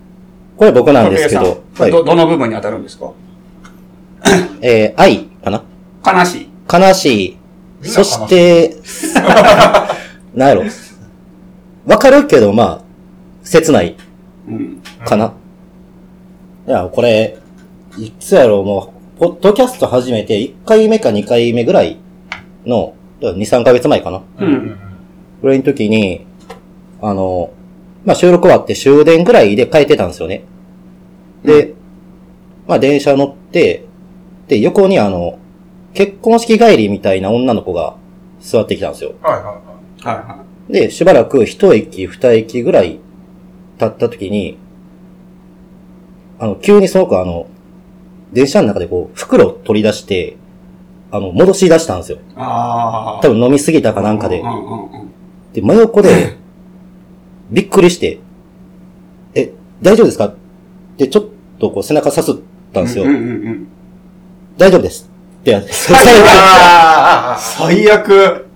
Speaker 4: これ僕なんですけ
Speaker 1: 徳
Speaker 4: ど、
Speaker 1: 江さ
Speaker 4: は
Speaker 1: ん
Speaker 4: い。
Speaker 1: ど、どの部分に当たるんですか
Speaker 4: えー、愛かな
Speaker 1: 悲しい。
Speaker 4: 悲しい。
Speaker 2: みんな
Speaker 4: そ
Speaker 2: 悲しい
Speaker 4: して、なんやろ。わかるけど、まあ、切ない
Speaker 1: うん。
Speaker 4: かな。いや、これ、いつやろう、もう、ポッドキャスト始めて1回目か2回目ぐらいの、2、3ヶ月前かな。
Speaker 1: う
Speaker 2: うんん。
Speaker 4: ぐらいの時に、あの、まあ、収録終わって終電ぐらいで帰ってたんですよね。で、まあ、電車乗って、で、横にあの、結婚式帰りみたいな女の子が座ってきたんですよ。
Speaker 2: はいはいは
Speaker 1: はいは
Speaker 4: で、しばらく一駅二駅ぐらい経った時に、あの、急にその子あの、電車の中でこう、袋を取り出して、あの、戻し出したんですよ。
Speaker 1: い。ああ。
Speaker 4: 多分飲みすぎたかなんかで
Speaker 1: う。んうんうん。
Speaker 4: で、真横で、びっくりして、え、大丈夫ですかって、ちょっとこう背中さすったんですよ
Speaker 1: うん。うんうん。
Speaker 4: 大丈夫です。ってやって、 (laughs) 最後
Speaker 2: い。ああ、
Speaker 1: 最悪。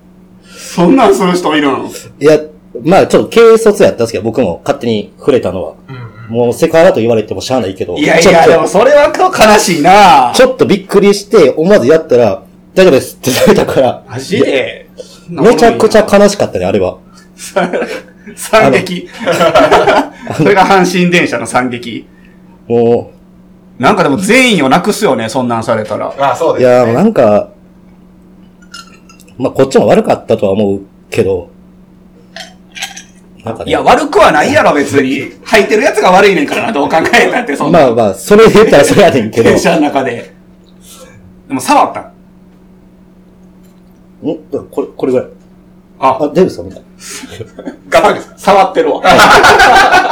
Speaker 1: そんなんする人いるの
Speaker 4: いや、まあちょっと軽率やったんですけど、僕も勝手に触れたのは。
Speaker 2: ああ、うん。
Speaker 4: もうセカラと言われてもしゃあないけど。
Speaker 1: いやい
Speaker 4: ちょっ
Speaker 1: や、
Speaker 4: と
Speaker 1: でもそれは悲しいな
Speaker 4: ちょっとびっくりして、思わずやったら、大丈夫ですって言われ
Speaker 1: (laughs)
Speaker 4: たから。
Speaker 1: マジで。
Speaker 4: めちゃくちゃ悲しかったね、あれは。
Speaker 1: 惨劇。それが阪神電車の惨劇。
Speaker 4: も
Speaker 1: なんかでも全員をなくすよね、そんなんされたら。
Speaker 2: まあそう
Speaker 4: う、
Speaker 2: で
Speaker 4: い
Speaker 2: す
Speaker 4: や、
Speaker 2: ね。
Speaker 4: もうなんか、まあ、こっちも悪かったとは思うけど、なんかね。
Speaker 1: いや、悪くはないやろ、別に。履いてるやつが悪いねんからな、どう考えたって、そんな。
Speaker 4: まあまあ、それで言ったらそれやねん (laughs) けど。
Speaker 1: 電車の中で。でも、触った。
Speaker 4: んこれ、これぐらい。あ、
Speaker 1: あ、
Speaker 4: 大丈夫ですかみたい
Speaker 2: ガッツリです。
Speaker 1: 触ってるわ。
Speaker 4: な。い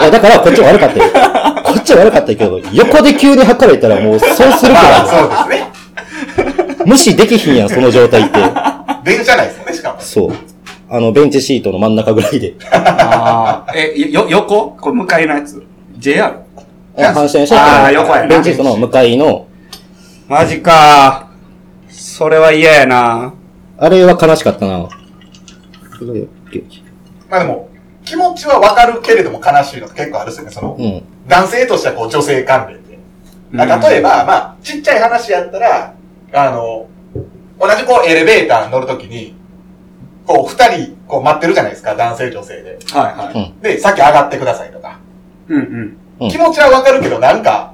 Speaker 4: や、だからこっちも悪かったよ。 (laughs) こっちは悪かったけど、横で急に測れたらもうそうする
Speaker 2: ま
Speaker 4: (laughs) か
Speaker 2: あそうですね。
Speaker 4: ら、無視できひんやん、その状態って。
Speaker 2: 電車内ですもんね、しかも。
Speaker 4: そう。あの、ベンチシートの真ん中ぐらいで。
Speaker 1: ああ。え、よ、横これ、向かいのやつ。JR?
Speaker 4: 反射シート
Speaker 1: あー横やな
Speaker 4: の、ベンチシートの向かいの、
Speaker 1: マジかそれは嫌やな
Speaker 4: あれは悲しかったな。
Speaker 2: まあでも、気持ちはわかるけれども悲しいのって結構あるっすよね。その
Speaker 4: う、ん。
Speaker 2: 男性としてはこう女性関連で。
Speaker 1: うん
Speaker 2: 例えば、まあ、ちっちゃい話やったら、あの、同じこうエレベーターに乗るときに、こう二人こう待ってるじゃないですか、男性女性で。
Speaker 1: はいはい。
Speaker 2: で、さっき上がってくださいとか。
Speaker 1: うんうん。
Speaker 4: うん
Speaker 2: 気持ちはわかるけど、なんか、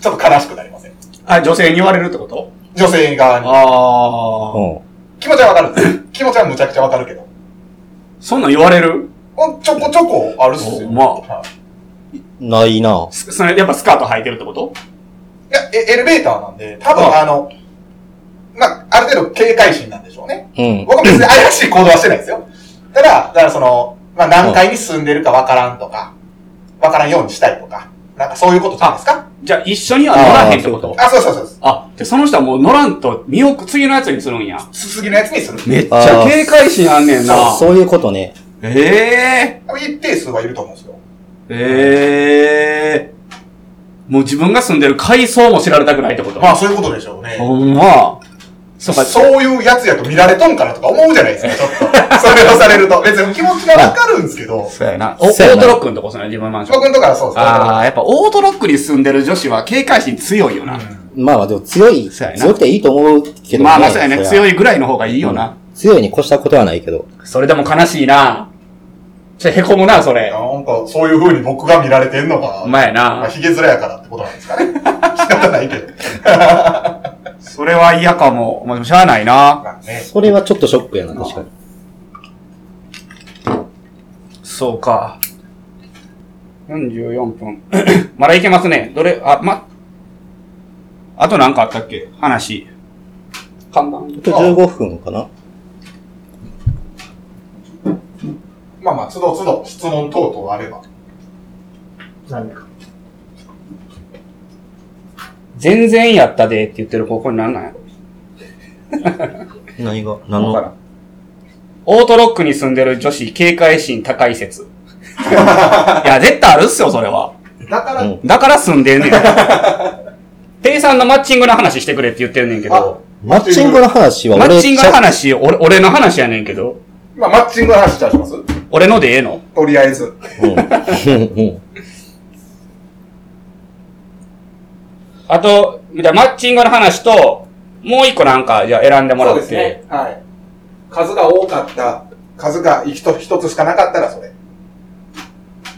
Speaker 2: ちょっと悲しくなりません。
Speaker 1: あ、女性に言われるってこと
Speaker 2: 女性側に。
Speaker 1: ああ。
Speaker 4: うん。
Speaker 2: 気持ちはわかるんです。気持ちはむちゃくちゃわかるけど。
Speaker 1: そんなん言われる
Speaker 2: おちょこちょこあるっすよ。
Speaker 1: まあ
Speaker 2: はい
Speaker 4: ないな。
Speaker 1: すそれ、やっぱスカート履いてるってこと
Speaker 2: いや、えエレベーターなんで、多
Speaker 1: う
Speaker 2: 分
Speaker 1: ん
Speaker 2: あの、まあ、ある程度警戒心なんでしょうね。
Speaker 4: うん。
Speaker 2: 僕は別に怪しい行動はしてないですよ。ただ、だからその、まあ、何階に住んでるかわからんとか、わからんようにしたいとか、なんかそういうことじゃないですか
Speaker 1: じゃあ、一緒には乗らへんってこと
Speaker 2: あ、そうそうそうそう。
Speaker 1: あ、で、その人はもう乗らんと、見送、次のやつにするんや。
Speaker 2: すすぎのやつにする。
Speaker 1: めっち
Speaker 4: あ
Speaker 1: ゃ
Speaker 4: ー
Speaker 1: 警戒心あんねんな。
Speaker 4: そうそういうことね。
Speaker 1: え
Speaker 2: 多分一定数はいると思うんですよ。
Speaker 1: えええもう自分が住んでる階層も知られたくないってこと
Speaker 2: まあ、そういうことでしょうね。
Speaker 1: ほんま。そうか、
Speaker 2: そういうやつやと見られとんかなとか思うじゃないですか、ちょっと。それをされると。別に気持ちがわかるんですけど、
Speaker 1: そうやな。おオ
Speaker 4: そうや
Speaker 1: ー
Speaker 4: な
Speaker 1: トロックのとこ、その自分のマンション。
Speaker 2: 僕のとこはそうですね。
Speaker 1: ああ、やっぱオートロックに住んでる女子は警戒心強いよな。
Speaker 4: まあまあでも強い、
Speaker 1: そうやな
Speaker 4: 強くていいと思うけどね。
Speaker 1: まあまあそうやね。
Speaker 4: りゃ
Speaker 1: 強いぐらいの方がいいよな。
Speaker 4: 強いに越したことはないけど。
Speaker 1: それでも悲しいな。ちょ、へこむな、それ。
Speaker 2: なんか、そういう風に僕が見られてんのが、
Speaker 1: お前や
Speaker 2: まあ、
Speaker 1: な。
Speaker 2: (laughs) ヒゲ面やからってことなんですかね。仕方ないけど。
Speaker 1: それは嫌かも。まあ、でもしゃあないな。
Speaker 5: なんね。
Speaker 4: それはちょっとショックやな、確かに。
Speaker 1: そうか。44分。 (coughs) まだいけますね。どれ、あ、ま、あとなんかあったっけ話。簡単
Speaker 4: あと15分かな
Speaker 5: まあまあ、つどつど質問等々あれば。
Speaker 6: 何か。
Speaker 1: 全然やったでって言ってる高校になんなんやろ
Speaker 4: 何が何
Speaker 1: わからん
Speaker 4: の
Speaker 1: オートロックに住んでる女子警戒心高い (laughs) 説。いや、絶対あるっすよ、それは。
Speaker 5: だから、
Speaker 4: うん
Speaker 1: だから住んでんねん。店員さんのマッチングの話してくれって言ってるねんけど、
Speaker 4: マッチングの話は
Speaker 1: マ
Speaker 4: 俺
Speaker 1: ッ
Speaker 4: ち
Speaker 1: チング
Speaker 4: ゃ
Speaker 1: の
Speaker 4: う
Speaker 1: 話、俺俺の話やねんけど、
Speaker 2: まあ、マッチングの話ちゃうします
Speaker 1: 俺のでええの
Speaker 2: とりあえず。
Speaker 4: うんうん
Speaker 1: あと、じゃあマッチングの話と、もう一個なんか、じゃあ選んでもら
Speaker 2: そう
Speaker 1: って。
Speaker 2: ですね。はい。数が多かった、
Speaker 5: 数が一つ一つしかなかったらそれ。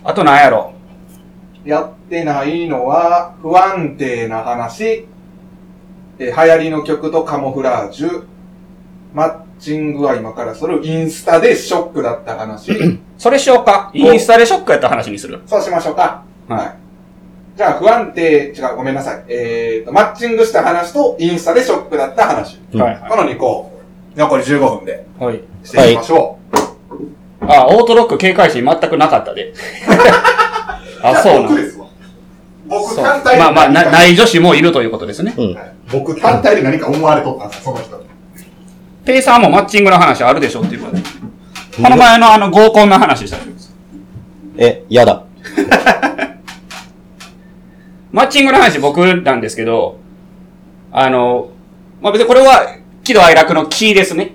Speaker 1: あとなんやろ。
Speaker 2: やってないのは、不安定な話、えー流行りの曲とカモフラージュ、マッチングは今からするインスタでショックだった
Speaker 1: (laughs)
Speaker 2: 話、
Speaker 1: それしようか。インスタでショックやった話にする。
Speaker 2: そうしましょうか。
Speaker 1: はい
Speaker 2: はい。じゃあ、不安定、違う、ごめんなさい。えーと、マッチングした話とインスタでショックだった話。
Speaker 4: うん
Speaker 1: はいは
Speaker 2: この2個、残り15分で
Speaker 1: い。はい。
Speaker 2: していきましょ
Speaker 1: あ、オートロック警戒心全くなかったで。あ、そうな
Speaker 5: 僕
Speaker 1: ん
Speaker 5: ですわ。僕
Speaker 1: そう
Speaker 5: 単体で
Speaker 1: まあまあ
Speaker 5: 何
Speaker 1: な、
Speaker 5: か
Speaker 1: ない女子もいるということですね。
Speaker 5: 僕単体で何か思われとったんですよ、その人。
Speaker 1: ペイさんもマッチングの話あるでしょっていうことで。この前のあの合コンの話したんです。
Speaker 4: え、嫌だ。
Speaker 1: マッチングの話僕なんですけど、あの、まあ別にこれは喜怒哀楽のキーですね。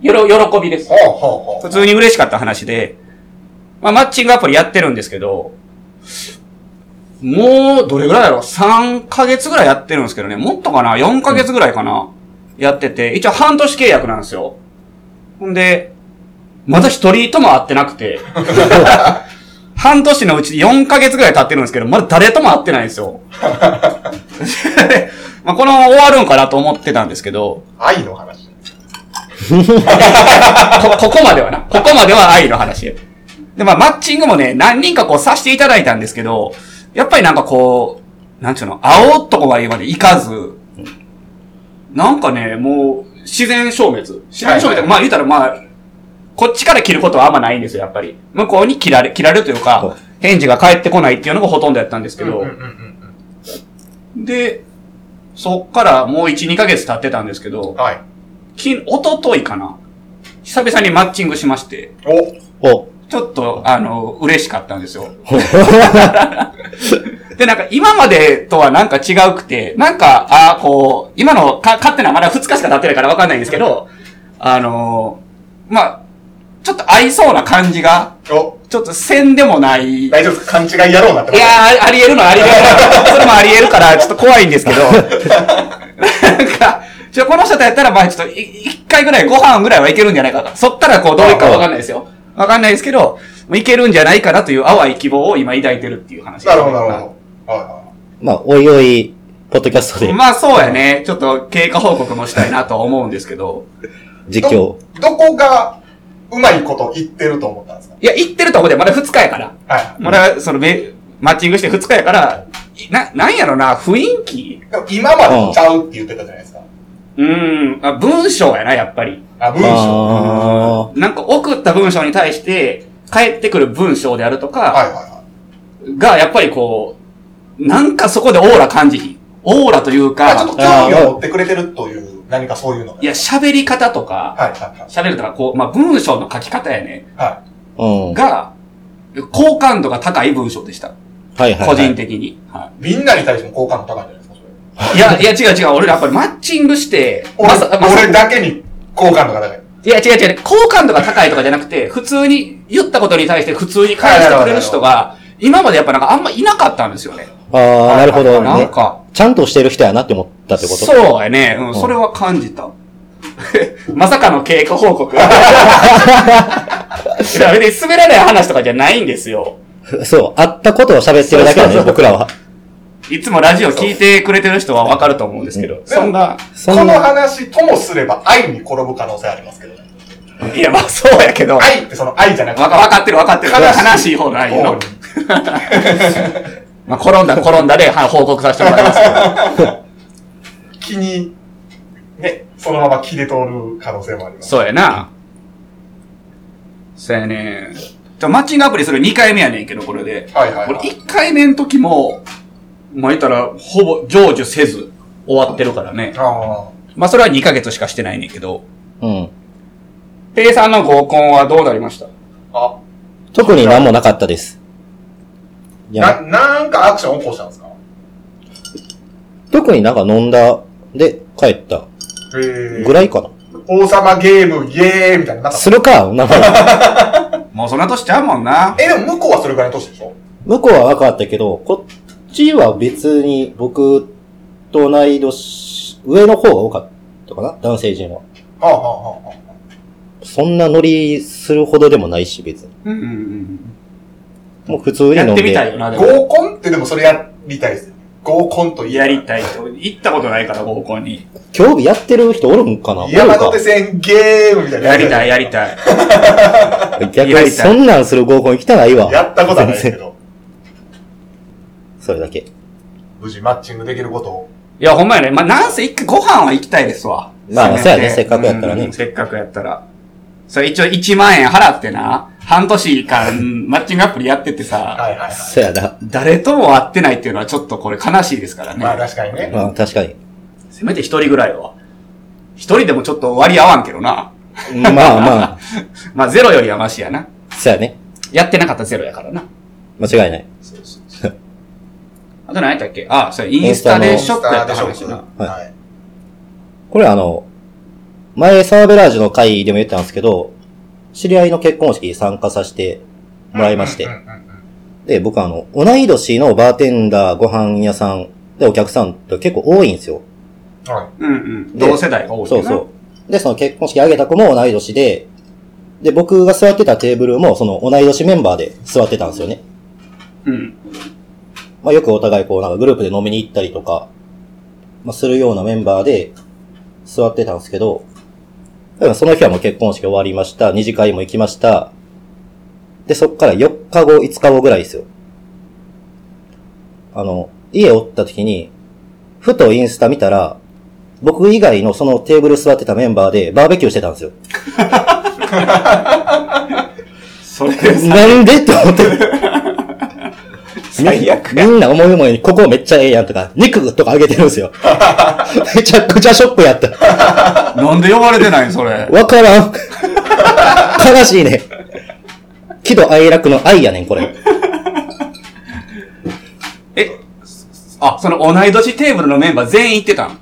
Speaker 1: よろ、喜びです
Speaker 5: ほ。うほうほ
Speaker 1: 普通に嬉しかった話で、まあマッチングアプリやってるんですけど、もう、どれぐらいだろう ?3 ヶ月ぐらいやってるんですけどね。もっとかな ?4 ヶ月ぐらいかな、やってて、一応半年契約なんですよ。ほんで、まだ一人とも会ってなくて、半年のうち4ヶ月ぐらい経ってるんですけど、まだ誰とも会ってないんですよ。まあこのまま終わるんかなと思ってたんですけど、
Speaker 5: う。愛の話。
Speaker 1: こ、ここまではな。ここまでは愛の話。で、まあ、マッチングもね、何人かこうさせていただいたんですけど、やっぱりなんかこう、なんちゅうの、青とこまでまで行かず、なんかね、もう、自然消滅。自然消滅、まあ言うたらまあ、こっちから切ることはあんまないんですよ、やっぱり。向こうに切られ、切られるという
Speaker 4: はい
Speaker 1: か、返事が返ってこないっていうのがほとんどやったんですけど、
Speaker 5: うんうんうん
Speaker 1: で、そっからもう1、2ヶ月経ってたんですけど、
Speaker 5: うん。はい。
Speaker 1: き、おとといかな。久々にマッチングしまして、
Speaker 5: お、
Speaker 4: お、
Speaker 1: ちょっと、あの、嬉しかったんですよ。で、なんか今までとはなんか違うくて、なんか、ああ、こう、今のか、勝手なまだ2日しか経ってないからわかんないんですけど、あのーまあ、ちょっと合いそうな感じが、
Speaker 5: お、
Speaker 1: ちょっとせんでもない。いや
Speaker 5: 大丈夫ですか勘違いやろうなって
Speaker 1: ー、あありえるのはありえる (laughs) から、それもありえるから、ちょっと怖いんですけど、なんか、ちょこの人とやったら、まあちょっと、い一回ぐらい、ご飯ぐらいはいけるんじゃないかと。そったら、こう、どういくかわかんないですよ。わかんないですけど、まあいけるんじゃないかなという淡い希望を今抱いてるっていう話です
Speaker 5: なる
Speaker 1: ね
Speaker 5: ほど、なるほど。はいは
Speaker 4: まあ、おいおい、ポッドキャストで
Speaker 1: まあそうやね。ちょっと経過報告もしたいなとは思うんですけど。
Speaker 4: 実況。
Speaker 5: い。どこがうまいこと言ってると思ったんですか
Speaker 1: いや、行ってるとこでまだ2日やから。
Speaker 5: はい。
Speaker 1: まだ、そのめ、マッチングして2日やから、いな、なんやろな、雰囲気
Speaker 5: でも今までちゃうって言ってたじゃないですか。
Speaker 1: うーん、あ文章やな、やっぱり。
Speaker 5: あ、文章。
Speaker 4: あ
Speaker 1: なんか送った文章に対して、返ってくる文章であると
Speaker 5: はい
Speaker 1: か、
Speaker 5: はいは
Speaker 1: が、やっぱりこう、なんかそこでオーラ感じひん。オーラという
Speaker 5: い。まあちょっと
Speaker 1: か、
Speaker 5: 興味を持ってくれてるという、何かそういうのが。
Speaker 1: いや、喋り方とか、
Speaker 5: はいはいはい。
Speaker 1: 喋るとか、こう、まあ文章の書き方やね。
Speaker 4: あ、うん。はい
Speaker 1: が、好感度が高い文章でした。
Speaker 4: はいはい。
Speaker 1: 個人的に。は
Speaker 5: みんなに対しても好感度高いんじゃないですか、それ。
Speaker 1: い、いや、いや、違う違う。俺らやっぱりマッチングして、まさ、ま
Speaker 5: 俺、
Speaker 1: さ
Speaker 5: 俺、だけに好感度が高い。
Speaker 1: いや、違う違う。好感度が高いとかじゃなくて、普通に、言ったことに対して普通に返してくれる人が、今までやっぱなんかあんまいなかったんですよね。
Speaker 4: ああ、なるほど、
Speaker 1: なん
Speaker 4: ね。
Speaker 1: か、
Speaker 4: ちゃんとしてる人やなって思ったってこと
Speaker 1: そうやね。うん、
Speaker 4: ん
Speaker 1: それは感じた。 (laughs) まさかの経過報告。 (laughs) いや、別に滑らない話とかじゃないんですよ。
Speaker 4: そう。あったことを喋ってるだけだね、僕らは。
Speaker 1: いつもラジオ聞いてくれてる人はわかると思うんですけど、そんな、
Speaker 4: そ
Speaker 5: こ
Speaker 4: ん
Speaker 5: の
Speaker 4: な、
Speaker 5: 話ともすれば愛に転ぶ可能性ありますけどね。
Speaker 1: いや、まあそうやけど、わか
Speaker 5: 愛ってその愛じゃなくて、
Speaker 1: わかってるわかってる。
Speaker 5: 悲しい
Speaker 1: 悲しい方の愛
Speaker 5: 方
Speaker 1: の
Speaker 5: に。
Speaker 1: まあ転んだ転んだで、はい、報告させてもらいますけど。
Speaker 5: 気に、ね、そのまま気で通る可能性もあります。
Speaker 1: そうやな。そうやね。じゃあマッチングアプリそれ2回目やねんけど、これで。
Speaker 5: はいはい、
Speaker 1: 俺
Speaker 5: はい。
Speaker 1: 1回目の時も、まあ言ったら、ほぼ成就せず終わってるからね。
Speaker 5: あ
Speaker 1: まあそれは2ヶ月しかしてないねんけど。
Speaker 4: うん。
Speaker 1: ペイさんの合コンはどうなりました
Speaker 5: あ。あ、
Speaker 4: 特に何もなかったです。い
Speaker 5: な、
Speaker 4: や、
Speaker 5: なんかアクション起こしたんですか
Speaker 4: 特になんか飲んだ、で、帰った
Speaker 5: へ
Speaker 4: ぐらいかな。
Speaker 5: 王様ゲーム、イエーイみたいな。なんか
Speaker 4: するか、なんか
Speaker 1: もうそんな年ちゃうもんな。
Speaker 5: え、でも向こうはそれぐらいの年でしょ
Speaker 4: (laughs) 向こうは若かったけど、こっちは別に僕と同い年、上の方が多かったかな、男性陣は。
Speaker 5: はあ、はあはあはあ、
Speaker 4: そんなノリするほどでもないし、別に。
Speaker 1: うんうんうん。
Speaker 4: もう普通に飲んで。
Speaker 1: やってみたいよな、でも。
Speaker 5: 合コンってでもそれやりたいですよ。合コンといえば
Speaker 1: やりたいと。行ったことないから、合コンに。
Speaker 4: 競技やってる人おるんかな
Speaker 5: 山手線ゲームみたいな。
Speaker 1: やりたい、やりたい。
Speaker 4: おるんか逆
Speaker 1: や
Speaker 4: に
Speaker 1: りたい
Speaker 4: そんなんする合コン行きたないわ。
Speaker 5: やったことはないですけど。
Speaker 4: それだけ。
Speaker 5: 無事マッチングできることを。
Speaker 1: いや、ほんまやね。まあ、なんせ一回ご飯は行きたいですわ。
Speaker 4: まあ
Speaker 1: めて
Speaker 4: そうやねせっかくやったらね
Speaker 1: うんせっかくやったら。それ一応1万円払ってな、半年間マッチングアプリやっててさ、
Speaker 5: はいはいはい。
Speaker 4: そやな。
Speaker 1: 誰とも会ってないっていうのはちょっとこれ悲しいですからね。
Speaker 5: まあ確かにね。
Speaker 4: まあ確かに。
Speaker 1: せめて一人ぐらいは。一人でもちょっと割り合わんけどな。
Speaker 4: まあまあ、
Speaker 1: まあゼロよりはマシやな。
Speaker 4: そやね。
Speaker 1: やってなかったらゼロやからな。
Speaker 4: 間違いない。
Speaker 1: あと何やったっけあ、それインスタでショックやった
Speaker 5: ょ
Speaker 1: 話な。
Speaker 4: はい
Speaker 5: はい。
Speaker 4: これあの、前サーベラージュの回でも言ったんですけど、知り合いの結婚式に参加させてもらいまし
Speaker 5: うんう
Speaker 4: て。
Speaker 5: んうん
Speaker 4: で、僕あの、同い年のバーテンダー、ご飯屋さんでお客さんって結構多いんですよ。
Speaker 5: うんはい。
Speaker 1: うんうん。
Speaker 4: で
Speaker 1: 同世代が多い
Speaker 4: そ
Speaker 1: よ
Speaker 4: う
Speaker 1: な。
Speaker 4: そう。で、その結婚式挙げた子も同い年で、で、僕が座ってたテーブルも、その同い年メンバーで座ってたんですよね。
Speaker 1: うん。
Speaker 4: まあ、よくお互いこう、なんかグループで飲みに行ったりとか、まあ、するようなメンバーで座ってたんですけど、だからその日はもう結婚式終わりました、二次会も行きました。で、そっから4日後、5日後ぐらいですよ。あの、家おった時に、ふとインスタ見たら、僕以外のそのテーブル座ってたメンバーでバーベキューしてたんですよ。
Speaker 1: それ、 (laughs)
Speaker 4: なんでって思って。
Speaker 1: 最悪
Speaker 4: みんな思い思いに、ここめっちゃええやんとか、肉とかあげてる
Speaker 1: (laughs)
Speaker 4: んですよ。めちゃくちゃショックやった。
Speaker 1: なんで呼ばれてないんそれ。
Speaker 4: わからん。悲しいね。喜怒哀楽の愛やねん、これ。
Speaker 1: え、あ、その同い年テーブルのメンバー全員行ってたん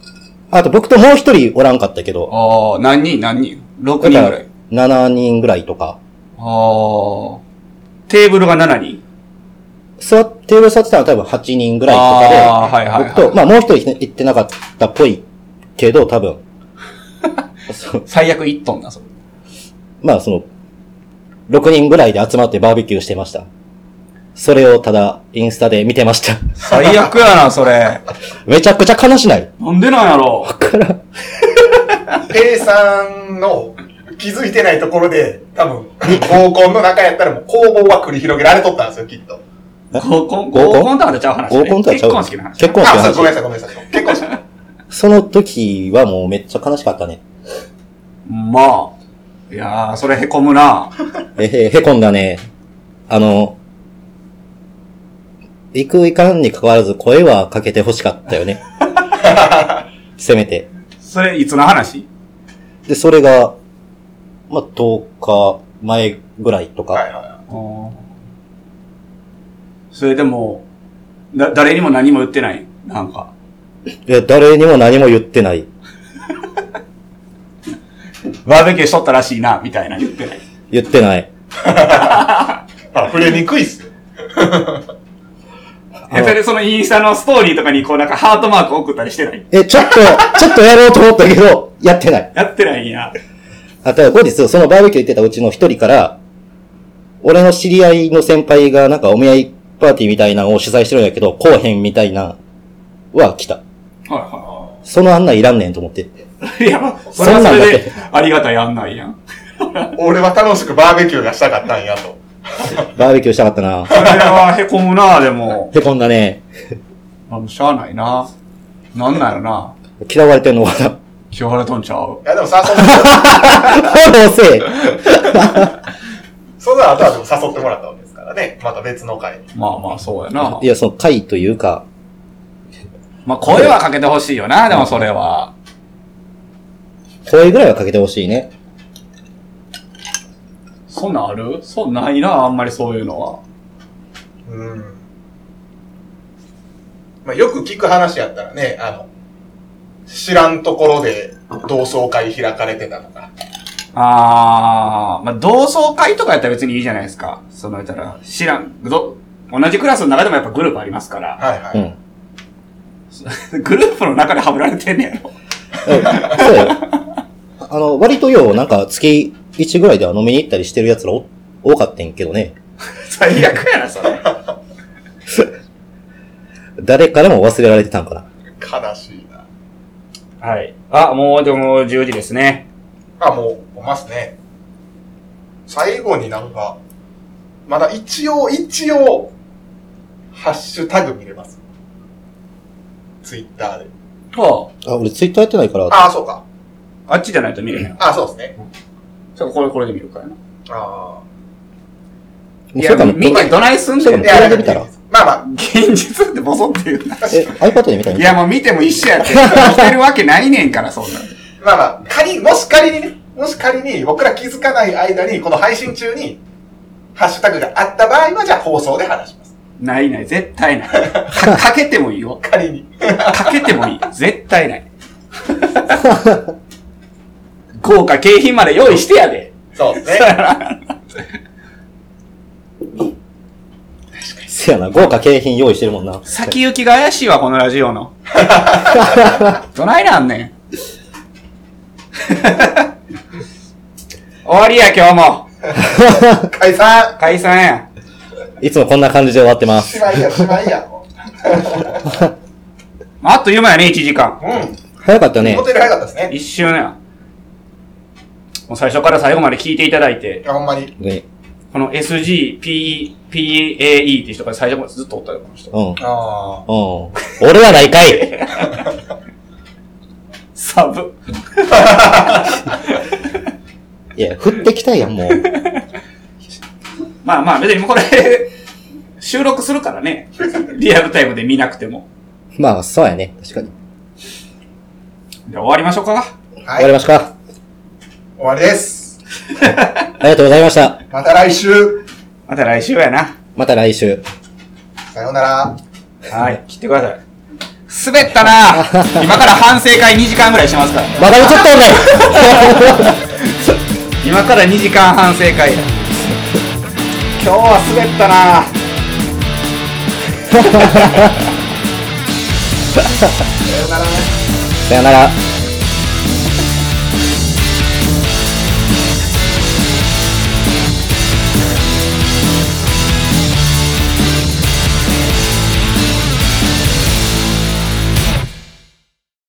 Speaker 4: あと僕ともう一人おらんかったけど、
Speaker 1: ああ、何人何人 ?6 人ぐらい。
Speaker 4: 7人ぐらいとか、
Speaker 1: ああ。テーブルが7人
Speaker 4: 座っテーブル座ってたのは多分8人ぐらい
Speaker 1: あ
Speaker 4: と
Speaker 1: あ、はいはい、
Speaker 4: かで、
Speaker 1: は
Speaker 4: 僕と、まあもう一人行ってなかったっぽいけど、
Speaker 1: (laughs)
Speaker 4: 多分。そ
Speaker 1: い。
Speaker 4: う
Speaker 1: 最悪1トンだ、それ。
Speaker 4: まあその、6人ぐらいで集まってバーベキューしてました。それをただ、インスタで見てました。 (laughs)
Speaker 1: 最悪やな、それ。
Speaker 4: めちゃくちゃ悲しない。
Speaker 1: なんでなんやろ
Speaker 5: ペイさんの気づいてないところで、多分、合コンの中やったらもう攻防は繰り広げられとったんですよ、きっと。
Speaker 1: 合コン、
Speaker 4: 合
Speaker 1: 合
Speaker 4: コン
Speaker 1: コンとはまたちゃう話、ね。
Speaker 4: 合コンとはちゃう
Speaker 1: 結婚式の話。
Speaker 4: 結婚式の
Speaker 5: あ、そう、ごめんな
Speaker 4: 話。
Speaker 5: さい、ごめんなさい。結婚した。
Speaker 4: その時はもうめっちゃ悲しかったね。
Speaker 1: まあ。いやー、それ凹むな。
Speaker 4: えへ、へこんだね。あの、行く行かんに関わらず声はかけて欲しかった
Speaker 5: (laughs)
Speaker 4: よね。せめて。
Speaker 1: それ、いつの話
Speaker 4: で、それが、まあ、10日前ぐらいと
Speaker 5: は
Speaker 4: か。
Speaker 5: いは
Speaker 1: それでも、だ、誰にも何も言ってない。なんか。
Speaker 4: いや、誰にも何も言ってない。
Speaker 1: バーベキューしとったらしいな、みたいな言ってない。
Speaker 4: 言ってない。
Speaker 5: い。まあ、触れにくいっすよ。
Speaker 1: 下手でそのインスタのストーリーとかにこうなんかハートマーク送ったりしてない。
Speaker 4: え、ちょっと、ちょっとやろうと思ったけど、やってない。
Speaker 1: やってないんや。
Speaker 4: あとは後日、そのバーベキュー行ってたうちの一人から、俺の知り合いの先輩がなんかお見合いパーティーみたいなのを主催してるんやけど、来おへんみたいなは来た。
Speaker 1: は
Speaker 4: その案内いらんねんと思って。
Speaker 1: いはい。いや、それはそれでありがたい案内やん。
Speaker 2: 俺は楽しくバーベキューがしたかったんやと。
Speaker 4: バーベキューしたかったな。
Speaker 1: これはへこむな、でも。
Speaker 4: へこんだね。
Speaker 1: あの、しゃあないな。なんなんやろな。
Speaker 4: 嫌われてんのかな。 (laughs)
Speaker 1: 清原とんちゃう。
Speaker 2: いや、でも誘って、
Speaker 4: フォローせえ。
Speaker 2: その後はでも誘ってもらったわけですからね。また別の会に。
Speaker 1: まあまあ、そうやない
Speaker 4: や、その会というか、
Speaker 1: まあ、声はかけてほしいよな、でもそれは。
Speaker 4: 声ぐらいはかけてほしいね。
Speaker 1: そんなんあるそんなんないな、あんまりそういうのは。
Speaker 2: うん。まあ、よく聞く話やったらね、あの、知らんところで同窓会開かれてたとか。
Speaker 1: あー、まあ、同窓会とかやったら別にいいじゃないですか。その、言ったら、知らん、ど、同じクラスの中でもやっぱグループありますから。
Speaker 2: はいは
Speaker 4: う
Speaker 2: い。
Speaker 4: ん。
Speaker 1: グループの中ではぶられてんねやろ。
Speaker 4: そうよ。あの、割とよう、なんか月1ぐらいでは飲みに行ったりしてる奴らお多かってんけどね。
Speaker 1: 最悪やな、それ。
Speaker 4: 誰からも忘れられてたんかな。
Speaker 2: 悲しいな。
Speaker 1: はい。あ、もう、でも、10時ですね。
Speaker 2: あ、もう、ますね。最後になんか、まだ一応、一応、ハッシュタグ見れます。ツイッターで。
Speaker 1: は
Speaker 4: あ、俺ツイッターやってないから、
Speaker 2: ああ、そうか。
Speaker 1: あ、あっちじゃないと見れへん。
Speaker 2: ああ、そうですね。
Speaker 1: ちょっとこれ、これで見るからな。
Speaker 2: あ
Speaker 4: も
Speaker 1: いう
Speaker 4: そ
Speaker 1: や、
Speaker 4: れかも、
Speaker 1: みんなどないすんね
Speaker 4: それ
Speaker 1: ん
Speaker 4: か
Speaker 2: あ。
Speaker 4: も。やってみたら
Speaker 2: いやまあまあ、
Speaker 1: 現実ってボソって言うな。
Speaker 4: え、iPad で見たら
Speaker 1: いや、もう見ても一緒やって。来てるわけないねんから、そんな。
Speaker 2: まあまあ、仮に、もし仮にね、もし仮に僕ら気づかない間に、この配信中に、ハッシュタグがあった場合は、じゃあ放送で話します。
Speaker 1: ないない、絶対ない。か、かけてもいいよ。
Speaker 2: 仮に。
Speaker 1: かけてもいい。絶対ない。豪華景品まで用意してやで。
Speaker 2: そうですね。
Speaker 4: せやな、豪華景品用意してるもんな。
Speaker 1: (laughs) 先行きが怪しいわ、このラジオの。 (laughs) どないなんねん。 (laughs) 終わりや、今日も。
Speaker 2: 解散
Speaker 1: 解散や。
Speaker 4: いつもこんな感じで終わってます。
Speaker 2: しまいや、しまいや。も
Speaker 1: あっという間やね、1時間。
Speaker 2: ううん。
Speaker 4: 早かったね
Speaker 2: ホ。テル早かったですね。
Speaker 1: 一瞬や。もう最初から最後まで聞いていただい
Speaker 2: い
Speaker 1: て、
Speaker 2: や、ほんまに。
Speaker 4: ね
Speaker 1: この SGPAE って人が最初からずっとおったよ、この人。
Speaker 4: うん。うん。
Speaker 2: あ
Speaker 4: 俺はないかい
Speaker 1: サブ。
Speaker 4: いや、降ってきたやん、もう。
Speaker 1: まあまあ、別にもうこれ、収録するから (laughs) ね。リアルタイムで見なくても。
Speaker 4: まあ、そうやね。確かに。
Speaker 1: じゃあ終わりましょうか。
Speaker 2: あ。
Speaker 4: 終
Speaker 2: は
Speaker 4: わり
Speaker 2: い。
Speaker 4: ましたか。
Speaker 2: 終わりです。
Speaker 4: ありがとうございました。
Speaker 2: また来週。
Speaker 1: また来週やな。
Speaker 4: また来週。
Speaker 2: さようなら。
Speaker 1: はい。切ってください。滑ったな今から反省会2時間ぐらいしますから。
Speaker 4: まだ映っとんねん
Speaker 1: 今から2時間反省会や。今日は滑ったな
Speaker 2: さようなら。
Speaker 4: さよなら。